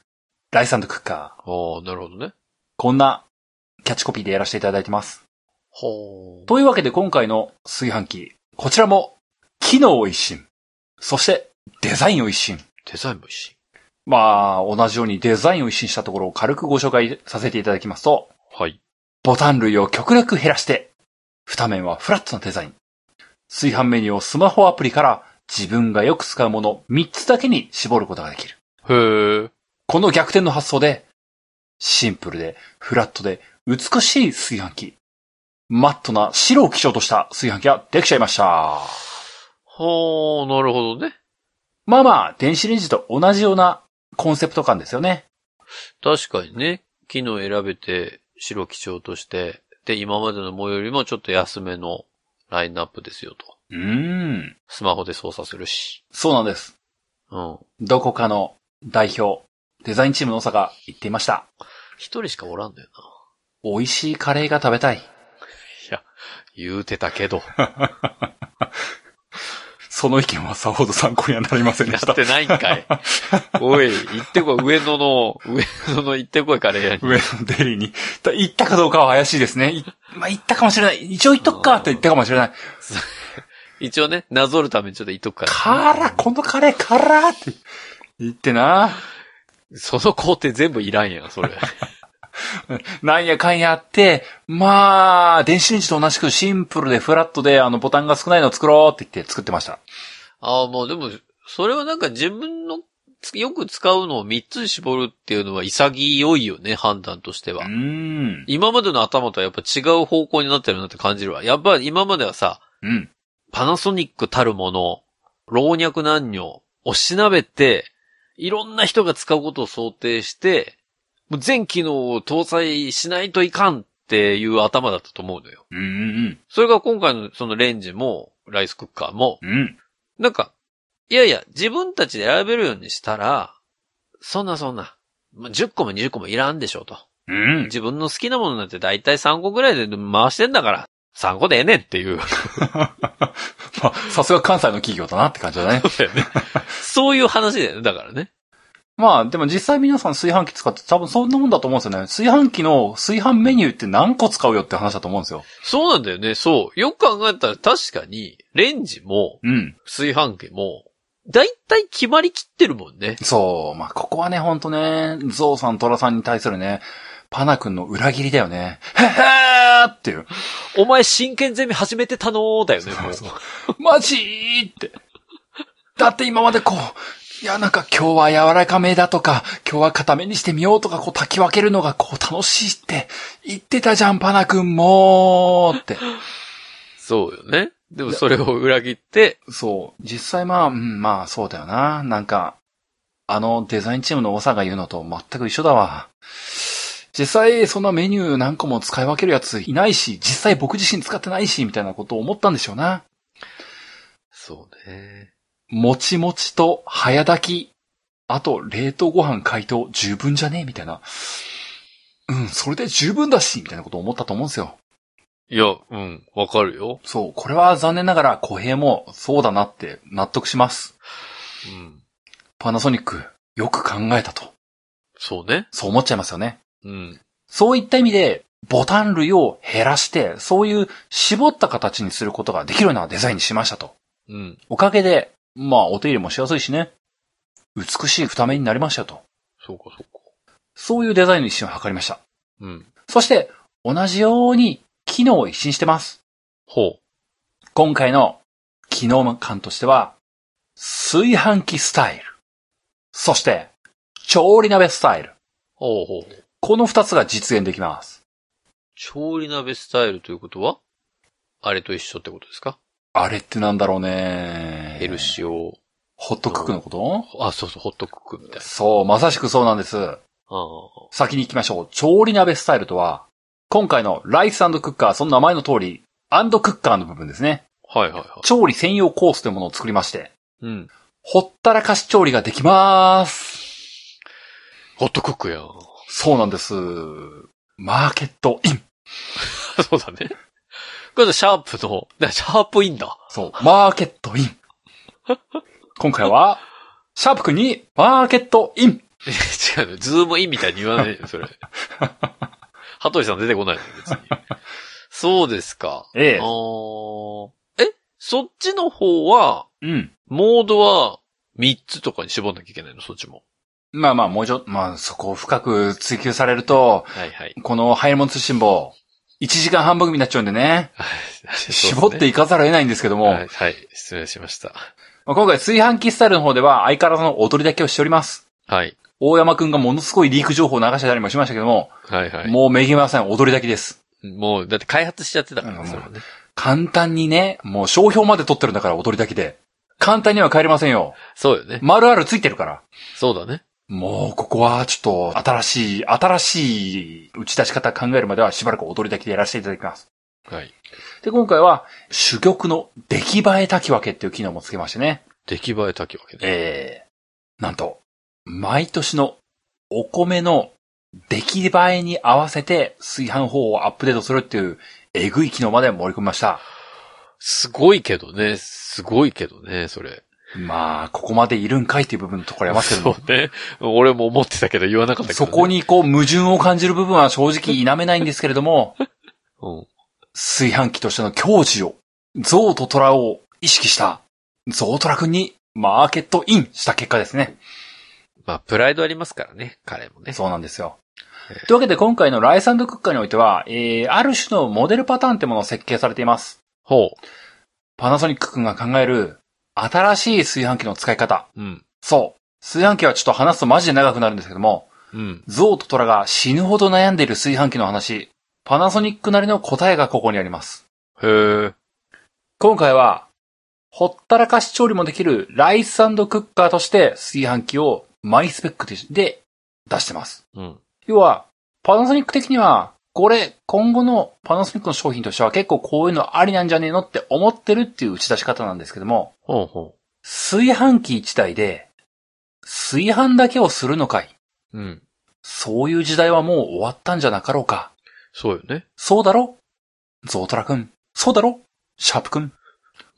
S2: ライスクッカー。
S1: ああ、なるほどね。
S2: こんなキャッチコピーでやらせていただいてます。
S1: ほ
S2: というわけで今回の炊飯器、こちらも、機能を一新。そして、デザインを一新。
S1: デザインもいいし。
S2: まあ、同じようにデザインを一新したところを軽くご紹介させていただきますと、
S1: はい。
S2: ボタン類を極力減らして、二面はフラットなデザイン。炊飯メニューをスマホアプリから自分がよく使うもの3つだけに絞ることができる。
S1: へえ。
S2: この逆転の発想で、シンプルで、フラットで、美しい炊飯器。マットな白を基調とした炊飯器ができちゃいました。
S1: ほう、なるほどね。
S2: まあまあ、電子レンジと同じようなコンセプト感ですよね。
S1: 確かにね、機能選べて、白基調として、で、今までのもよりもちょっと安めのラインナップですよと。
S2: うーん。
S1: スマホで操作するし。
S2: そうなんです。
S1: うん。
S2: どこかの代表、デザインチームの長が言っていました。
S1: 一人しかおらんだよな。
S2: 美味しいカレーが食べたい。
S1: いや、言うてたけど。
S2: その意見はさほど参考にはなりません
S1: やってないんかい。おい、行ってこい、上野の、上野の行ってこいカレー屋に。
S2: 上のデリーに。た行ったかどうかは怪しいですね。いまあ、行ったかもしれない。一応行っとくかって言ったかもしれない。
S1: 一応ね、なぞるためにちょっと行っとくから。
S2: 辛このカレー辛って言ってな。
S1: その工程全部いらんやん、それ。
S2: なんやかんやあって、まあ、電子レンジと同じくシンプルでフラットで、あの、ボタンが少ないのを作ろうって言って作ってました。
S1: ああ、もうでも、それはなんか自分のつよく使うのを3つに絞るっていうのは潔いよね、判断としては
S2: う。ん。
S1: 今までの頭とはやっぱ違う方向になってるなって感じるわ。やっぱ今まではさ、
S2: うん。
S1: パナソニックたるもの、老若男女をしなべて、いろんな人が使うことを想定して、もう全機能を搭載しないといかんっていう頭だったと思うのよ。
S2: うんうん
S1: それが今回のそのレンジも、ライスクッカーも、
S2: うん。うん。
S1: なんか、いやいや、自分たちで選べるようにしたら、そんなそんな、まあ10個も20個もいらんでしょうと。
S2: うん。
S1: 自分の好きなものなんて大体3個ぐらいで回してんだから、3個でええねんっていう。
S2: まあ、さすが関西の企業だなって感じだね。
S1: そういう話だよね、だからね。
S2: まあ、でも実際皆さん炊飯器使って多分そんなもんだと思うんですよね。炊飯器の炊飯メニューって何個使うよって話だと思うんですよ。
S1: そうなんだよね、そう。よく考えたら確かに、レンジも、
S2: うん。
S1: 炊飯器も、大体決まりきってるもんね。
S2: そう。まあ、ここはね、ほんとね、ゾウさん、トラさんに対するね、パナ君の裏切りだよね。へへーっていう。
S1: お前真剣ゼミ始めてたのーだよね、もう
S2: そうマジーって。だって今までこう、いやなんか今日は柔らかめだとか、今日は固めにしてみようとか、こう炊き分けるのがこう楽しいって言ってたじゃん、パナ君もーって。
S1: そうよね。でもそれを裏切って、
S2: そう。実際まあ、うん、まあそうだよな。なんか、あのデザインチームの多さが言うのと全く一緒だわ。実際そんなメニュー何個も使い分けるやついないし、実際僕自身使ってないし、みたいなことを思ったんでしょうな。
S1: そうね。
S2: もちもちと早炊き、あと冷凍ご飯解凍十分じゃねえみたいな。うん、それで十分だし、みたいなことを思ったと思うんですよ。
S1: いや、うん、わかるよ。
S2: そう、これは残念ながら小平もそうだなって納得します。
S1: うん。
S2: パナソニック、よく考えたと。
S1: そうね。
S2: そう思っちゃいますよね。
S1: うん。
S2: そういった意味で、ボタン類を減らして、そういう絞った形にすることができるようなデザインにしましたと。
S1: うん。
S2: おかげで、まあ、お手入れもしやすいしね。美しい二目になりましたよと。
S1: そうか、そうか。
S2: そういうデザインの一新を図りました。
S1: うん。
S2: そして、同じように機能を一新してます。
S1: ほ
S2: 今回の機能感としては、炊飯器スタイル。そして、調理鍋スタイル。
S1: う。ほうほう。
S2: この二つが実現できます。
S1: 調理鍋スタイルということはあれと一緒ってことですか
S2: あれってなんだろうね。
S1: ヘルシオ。
S2: ホットクックのこと
S1: あ、そうそう、ホットクックみたいな。
S2: そう、まさしくそうなんです。
S1: ああ。
S2: 先に行きましょう。調理鍋スタイルとは、今回のライスクッカー、その名前の通り、アンドクッカーの部分ですね。
S1: はいはいはい。
S2: 調理専用コースというものを作りまして、
S1: うん。
S2: ほったらかし調理ができます。
S1: ホットクックやん。
S2: そうなんです。マーケットイン。
S1: そうだね。これシャープの、だシャープインだ。
S2: そう、マーケットイン。今回は、シャープくんにマーケットイン。
S1: え 違うの。ズームインみたいに言わないで それ。羽鳥さん出てこないの別に。そうですか。
S2: ええ
S1: あ。ーえ、そっちの方は、
S2: うん。
S1: モードは3つとかに絞んなきゃいけないのそっちも。
S2: まあまあ、もうちょ、まあそこを深く追求されると、
S1: はい はい。
S2: このハイモン通信簿、1時間半番組になっちゃうんでね、絞って
S1: い
S2: いかざるを得ないんですけども、
S1: はい、はい、失礼しました。
S2: まあ今回炊飯器スタイルの方では相変わらずの踊りだけをしております。
S1: はい。
S2: 大山くんがものすごいリーク情報を流してたりもしましたけども、
S1: はいはい。も
S2: もうめぎません、踊りだけです。
S1: う、だって開発しちゃってたから
S2: うん
S1: ね、それはね。
S2: 簡単にね、もう商標まで取ってるんだから踊りだけで。簡単には帰れませんよ。
S1: そうよね。
S2: 丸々ついてるから。
S1: そうだね。
S2: もうここはちょっと新しい、新しい打ち出し方考えるまではしばらく踊りだけでやらせていただきます。
S1: はい。
S2: で、今回は主玉の出来栄え炊き分けっていう機能もつけましてね。
S1: 出来栄えたきわけね。
S2: えー、なんと、毎年のお米の出来栄えに合わせて炊飯法をアップデートするっていうえぐい機能まで盛り込みました。
S1: すごいけどね、すごいけどね、それ。
S2: まあ、ここまでいるんかいっていう部分のところありますけど
S1: そ
S2: も、
S1: うね。俺も思ってたけど言わなかったけど、
S2: そ
S1: ね。
S2: こ。にこう矛盾を感じる部分は正直否めないんですけれども、
S1: うん。
S2: 炊飯器としての矜持を、象と虎を意識した、象虎くんにマーケットインした結果ですね。
S1: まあ、プライドありますからね、彼もね。
S2: そうなんですよ
S1: え。
S2: というわけで今回のライスクッカーにおいては、えー、ある種のモデルパターンってものを設計されています。
S1: ほ
S2: パナソニック君が考える新しい炊飯器の使い方。
S1: う。うん。
S2: そう。炊飯器はちょっと話すとマジで長くなるんですけども、
S1: うん。
S2: ゾウとトラが死ぬほど悩んでいる炊飯器の話、パナソニックなりの答えがここにあります。
S1: へえ。
S2: 今回は、ほったらかし調理もできるライスクッカーとして炊飯器をマイスペックで出してます。
S1: うん。
S2: 要は、パナソニック的には、これ、今後のパナソニックの商品としては結構こういうのありなんじゃねえのって思ってるっていう打ち出し方なんですけども、
S1: ほうほ
S2: 炊飯器一台で、炊飯だけをするのかい。
S1: う。うん。
S2: そういう時代はもう終わったんじゃなかろうか。
S1: そうよね。
S2: そうだろゾウトラくん。そうだろシャープくん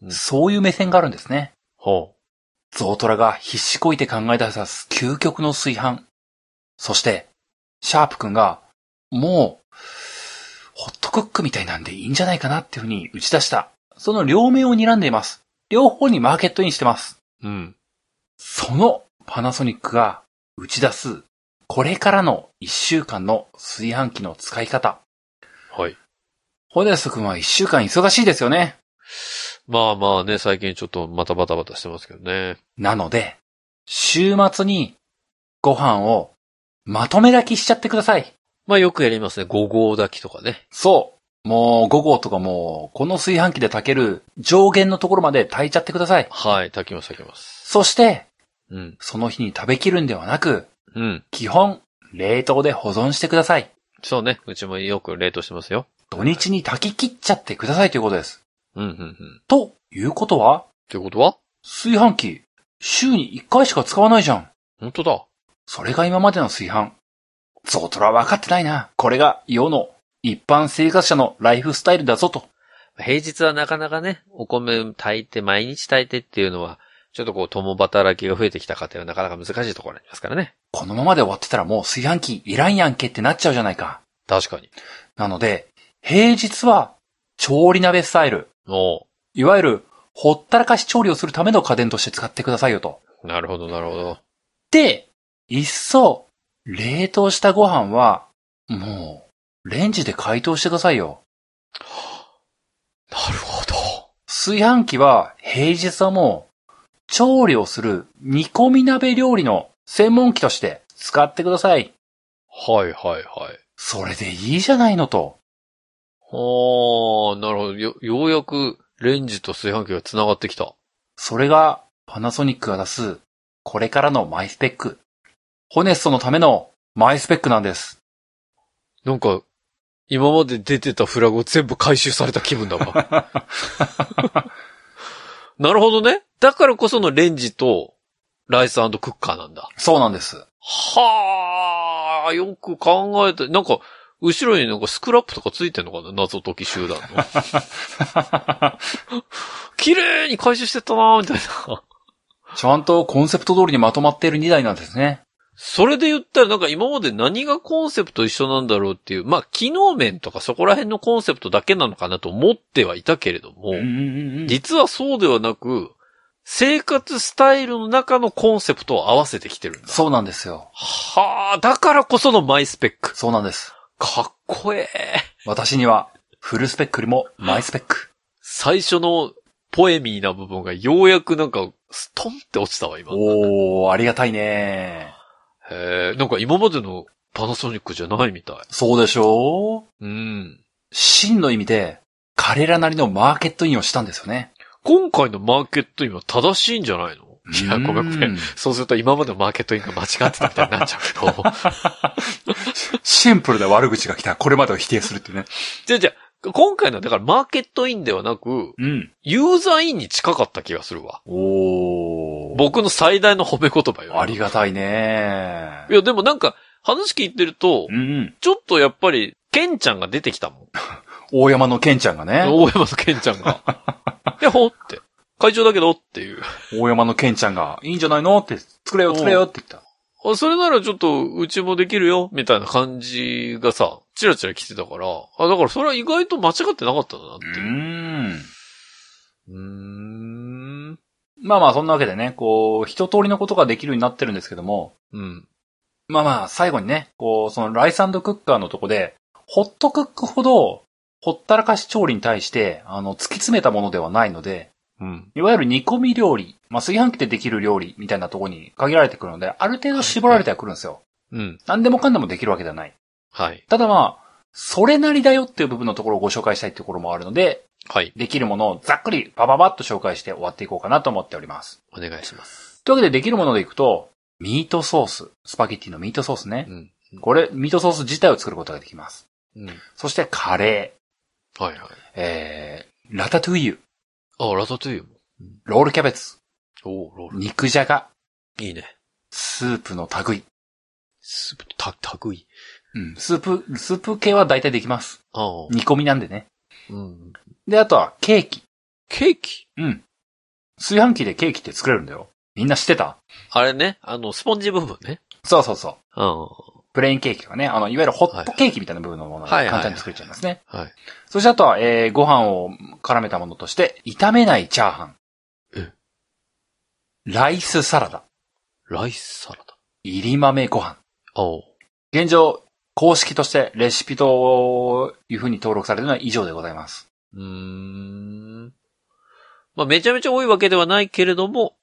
S1: う。ん
S2: そういう目線があるんですね。
S1: ほ
S2: ゾウトラが必死こいて考え出した究極の炊飯。そして、シャープくんが、もう、ホットクックみたいなんでいいんじゃないかなっていうふうに打ち出した。その両面を睨んでいます。両方にマーケットインしてます。
S1: う。うん。
S2: そのパナソニックが打ち出す、これからの一週間の炊飯器の使い方。
S1: はい。
S2: ホデス君は一週間忙しいですよね。
S1: まあまあね、最近ちょっとまたバタバタしてますけどね。
S2: なので、週末にご飯をまとめ炊きしちゃってください。
S1: まあよくやりますね。5号炊きとかね。
S2: そう。もう5号とかもう、この炊飯器で炊ける上限のところまで炊いちゃってください。
S1: はい。炊きます炊きます。
S2: そして、
S1: うん。
S2: その日に食べきるんではなく、
S1: うん。
S2: 基本、冷凍で保存してください。
S1: そうね。うちもよく冷凍してますよ。
S2: 土日に炊き切っちゃってくださいということです。
S1: うん、うん、うん。
S2: ということは、
S1: ということは
S2: 炊飯器、週に1回しか使わないじゃん。
S1: 本当だ。
S2: それが今までの炊飯。ゾウトラは分かってないな。これが世の一般生活者のライフスタイルだぞと。
S1: 平日はなかなかね、お米炊いて、毎日炊いてっていうのは、ちょっとこう、共働きが増えてきた家庭はなかなか難しいところになりますからね。
S2: このままで終わってたらもう炊飯器いらんやんけってなっちゃうじゃないか。
S1: 確かに。
S2: なので、平日は調理鍋スタイル、
S1: お
S2: いわゆるほったらかし調理をするための家電として使ってくださいよと。
S1: うなるほど、なるほど。
S2: で、いっそ、冷凍したご飯は、もう、レンジで解凍してくださいよ。
S1: なるほど。
S2: 炊飯器は平日はもう、調理をする煮込み鍋料理の専門機として使ってください。
S1: はいはいはい。
S2: それでいいじゃないのと。
S1: はあ、なるほど。よ、ようやくレンジと炊飯器が繋がってきた。
S2: それがパナソニックが出すこれからのマイスペック。ホネストのためのマイスペックなんです。
S1: なんか、今まで出てたフラグを全部回収された気分だわ。なるほどね。だからこそのレンジとライスクッカーなんだ。
S2: そうなんです。
S1: はあ、よく考えて、なんか、後ろになんかスクラップとかついてんのかな謎解き集団の。 綺麗に回収してったなーみたいな。
S2: ちゃんとコンセプト通りにまとまっている2台なんですね。
S1: それで言ったらなんか今まで何がコンセプト一緒なんだろうっていう、まあ、機能面とかそこら辺のコンセプトだけなのかなと思ってはいたけれども、
S2: うん
S1: 実はそうではなく、生活スタイルの中のコンセプトを合わせてきてるんだ。
S2: そうなんですよ。
S1: はあ、だからこそのマイスペック。
S2: そうなんです。
S1: かっこええ。
S2: 私にはフルスペックよりもマイスペック。
S1: 最初のポエミーな部分がようやくなんか、ストンって落ちたわ、今。
S2: おー、ありがたいね。
S1: へえ、なんか今までのパナソニックじゃないみたい。
S2: そうでしょう
S1: うん。
S2: 真の意味で彼らなりのマーケットインをしたんですよね。
S1: 今回のマーケットインは正しいんじゃないのいや、ごめんごめ。
S2: うん
S1: そうすると今までのマーケットインが間違ってたみたいになっちゃうけど。
S2: シンプルな悪口が来た。これまでを否定するっていうね。
S1: じゃあじゃあ今回のはだからマーケットインではなく、
S2: うん。
S1: ユーザーインに近かった気がするわ。
S2: おー。
S1: 僕の最大の褒め言葉よ。
S2: ありがたいね。
S1: いや、でもなんか、話聞いてると
S2: う、んうん。
S1: ちょっとやっぱり、ケンちゃんが出てきたもん。
S2: 大山のケンちゃんがね。
S1: 大山のケンちゃん が。で、ほって。会長だけどっていう。
S2: 大山のケンちゃんが、いいんじゃないのって、作れよ作れよって言った。
S1: あそれならちょっと、うちもできるよ、みたいな感じがさ、チラチラ来てたから、あ、だからそれは意外と間違ってなかったんだなって
S2: う
S1: いう。
S2: ーん。
S1: うーん。
S2: まあまあ、そんなわけでね、こう、一通りのことができるようになってるんですけども、
S1: うん。
S2: まあまあ、最後にね、こう、そのライスクッカーのとこで、ホットクックほど、ほったらかし調理に対して、あの、突き詰めたものではないので、
S1: うん。
S2: いわゆる煮込み料理、まあ、炊飯器でできる料理みたいなところに限られてくるので、ある程度絞られてはくるんですよ。
S1: うん。
S2: 何でもかんでもできるわけではない。
S1: はい。
S2: ただまあ、それなりだよっていう部分のところをご紹介したいところもあるので、
S1: はい。
S2: できるものをざっくりバババッと紹介して終わっていこうかなと思っております。
S1: お願いします。
S2: というわけでできるものでいくと、ミートソース、スパゲッティのミートソースね
S1: う。ん。
S2: これ、ミートソース自体を作ることができます。
S1: うん。はい
S2: そしてカレ
S1: はい。
S2: ー、えー、ラタトゥイユ、
S1: あ、ラタトゥイユも。
S2: ロールキャベツ、
S1: おーロール。
S2: 肉じゃが、
S1: いいね。
S2: スープの類。
S1: スープ、た、たくい。
S2: うん、スープ、スープ系は大体できます。
S1: ああ。
S2: 煮込みなんでね。
S1: うん。
S2: で、あとはケーキ。
S1: ケーキ
S2: うん。炊飯器でケーキって作れるんだよ。みんな知ってた
S1: あれね、あの、スポンジ部分ね。
S2: そうそうそう。
S1: うん。
S2: プレーンケーキとかね、あの、いわゆるホットケーキみたいな部分のものが
S1: はいはい
S2: 簡単に作れちゃいますね。
S1: はい。
S2: そしてあとは、えー、ご飯を絡めたものとして、炒めないチャーハン。
S1: え
S2: ライスサラダ。
S1: ライスサラダ。
S2: 入り豆ご飯。
S1: あお。
S2: 現状、公式としてレシピという風に登録されているのは以上でございます。
S1: うーん。まあ、めちゃめちゃ多いわけではないけれども、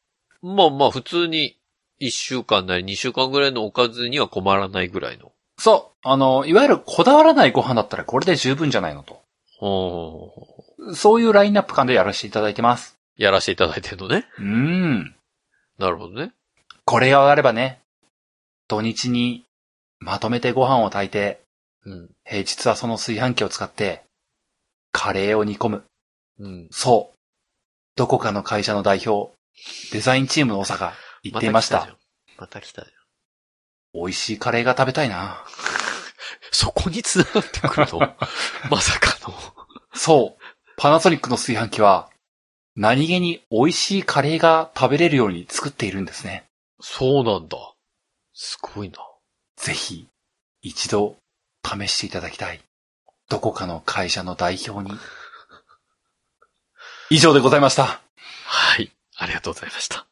S1: まあまあ、普通に、一週間なり二週間ぐらいのおかずには困らないぐらいの。
S2: そう。あの、いわゆるこだわらないご飯だったらこれで十分じゃないのと。
S1: お
S2: そういうラインナップ感でやらせていただいてます。
S1: やらせていただいてるのね。
S2: うーん。
S1: なるほどね。
S2: これがあればね、土日にまとめてご飯を炊いて、
S1: うん。
S2: 平日はその炊飯器を使って、カレーを煮込む。
S1: うん。
S2: そう。どこかの会社の代表、デザインチームの長が言っていまし
S1: また
S2: た。
S1: 来たじゃん。また来たじゃん。
S2: 美味しいカレーが食べたいな。
S1: そこに繋がってくる と。まさかの。
S2: そう。パナソニックの炊飯器は、何気に美味しいカレーが食べれるように作っているんですね。
S1: そうなんだ。すごいな。
S2: ぜひ、一度、試していただきたい。どこかの会社の代表に。以上でございました。
S1: はい。ありがとうございました。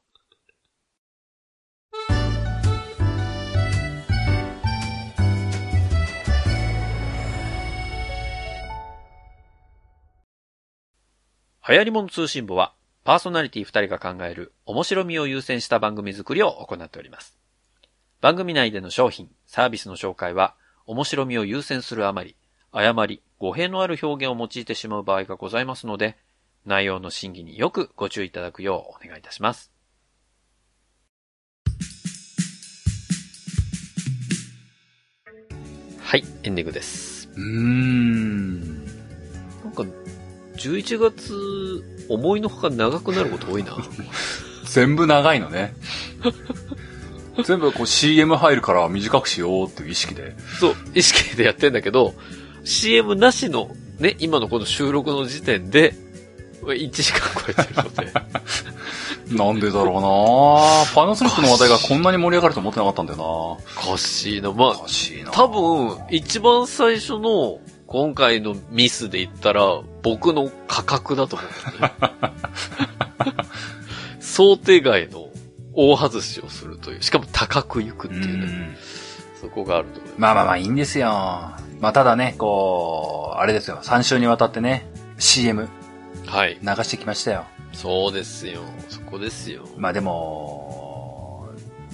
S1: 流行り物通信簿は、パーソナリティ2人が考える面白みを優先した番組作りを行っております。番組内での商品、サービスの紹介は、面白みを優先するあまり、誤り、語弊のある表現を用いてしまう場合がございますので、内容の審議によくご注意いただくようお願いいたします。はい、エンディングです。
S2: うーん。
S1: なんか、11月、思いのほか長くなること多いな。
S2: 全部長い のね。全部こう CM 入るから短くしようっていう意識で。
S1: そう、意識でやってんだけど、CM なしの、ね、今のこの収録の時点で、1時間超えてるので。
S2: なんでだろうなぁパナソニックの話題がこんなに盛り上がると思ってなかったんだよ
S1: おかしいな。ま
S2: な
S1: あ、
S2: おかしいな
S1: 多分、一番最初の、今回のミスで言ったら、僕の価格だと思うんだよね。 想定外の大外しをするという、しかも高く行くっ
S2: う
S1: ていうね、
S2: ん。
S1: そこがあると思います。
S2: まあまあまあいいんですよ。まあただね、こう、あれですよ。3週にわたってね、CM
S1: はい。
S2: 流してきましたよ。
S1: そうですよ。そこですよ。
S2: まあでも、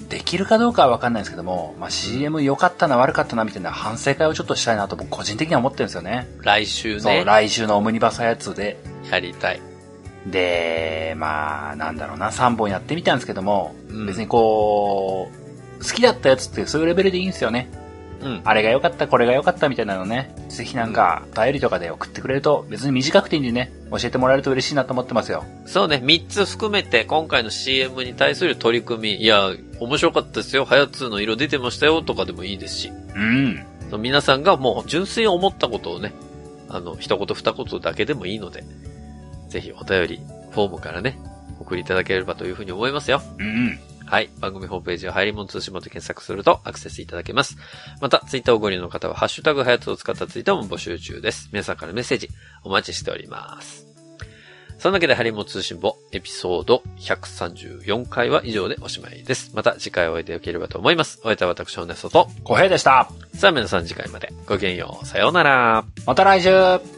S2: できるかどうかはわかんないですけども、まあ CM 良かったな悪かったなみたいな反省会をちょっとしたいなと僕個人的には思ってるんですよね。
S1: 来週
S2: そう、
S1: ね、
S2: 来週のオムニバスやつで。
S1: やりたい。
S2: で、まあ、なんだろうな、3本やってみたんですけども、
S1: うん
S2: 別にこう、好きだったやつってそういうレベルでいいんですよね。
S1: うん。
S2: あれが良かった、これが良かったみたいなのね、ぜひなんか、お便りとかで送ってくれると、別に短くていいんでね、教えてもらえると嬉しいなと思ってますよ。
S1: そうね、3つ含めて今回の CM に対する取り組み、いや、面白かったですよ、ハヤツーの色出てましたよとかでもいいですし、
S2: うん。
S1: その皆さんがもう純粋に思ったことをね、あの、一言二言だけでもいいので、ぜひお便り、フォームからね、送りいただければというふうに思いますよ。
S2: うん。
S1: はい。番組ホームページは、入り物通信簿で検索するとアクセスいただけます。また、ツイッターをご利用の方は、ハッシュタグハヤツを使ったツイートも募集中です。皆さんからのメッセージ、お待ちしております。そんなわけで、ハリモ通信簿、エピソード134回は以上でおしまいです。また次回お会いでよければと思います。お会いいたい私、オネソと。
S2: 小平でした。
S1: さあ皆さん次回まで。ごきげんよう。さようなら。
S2: また来週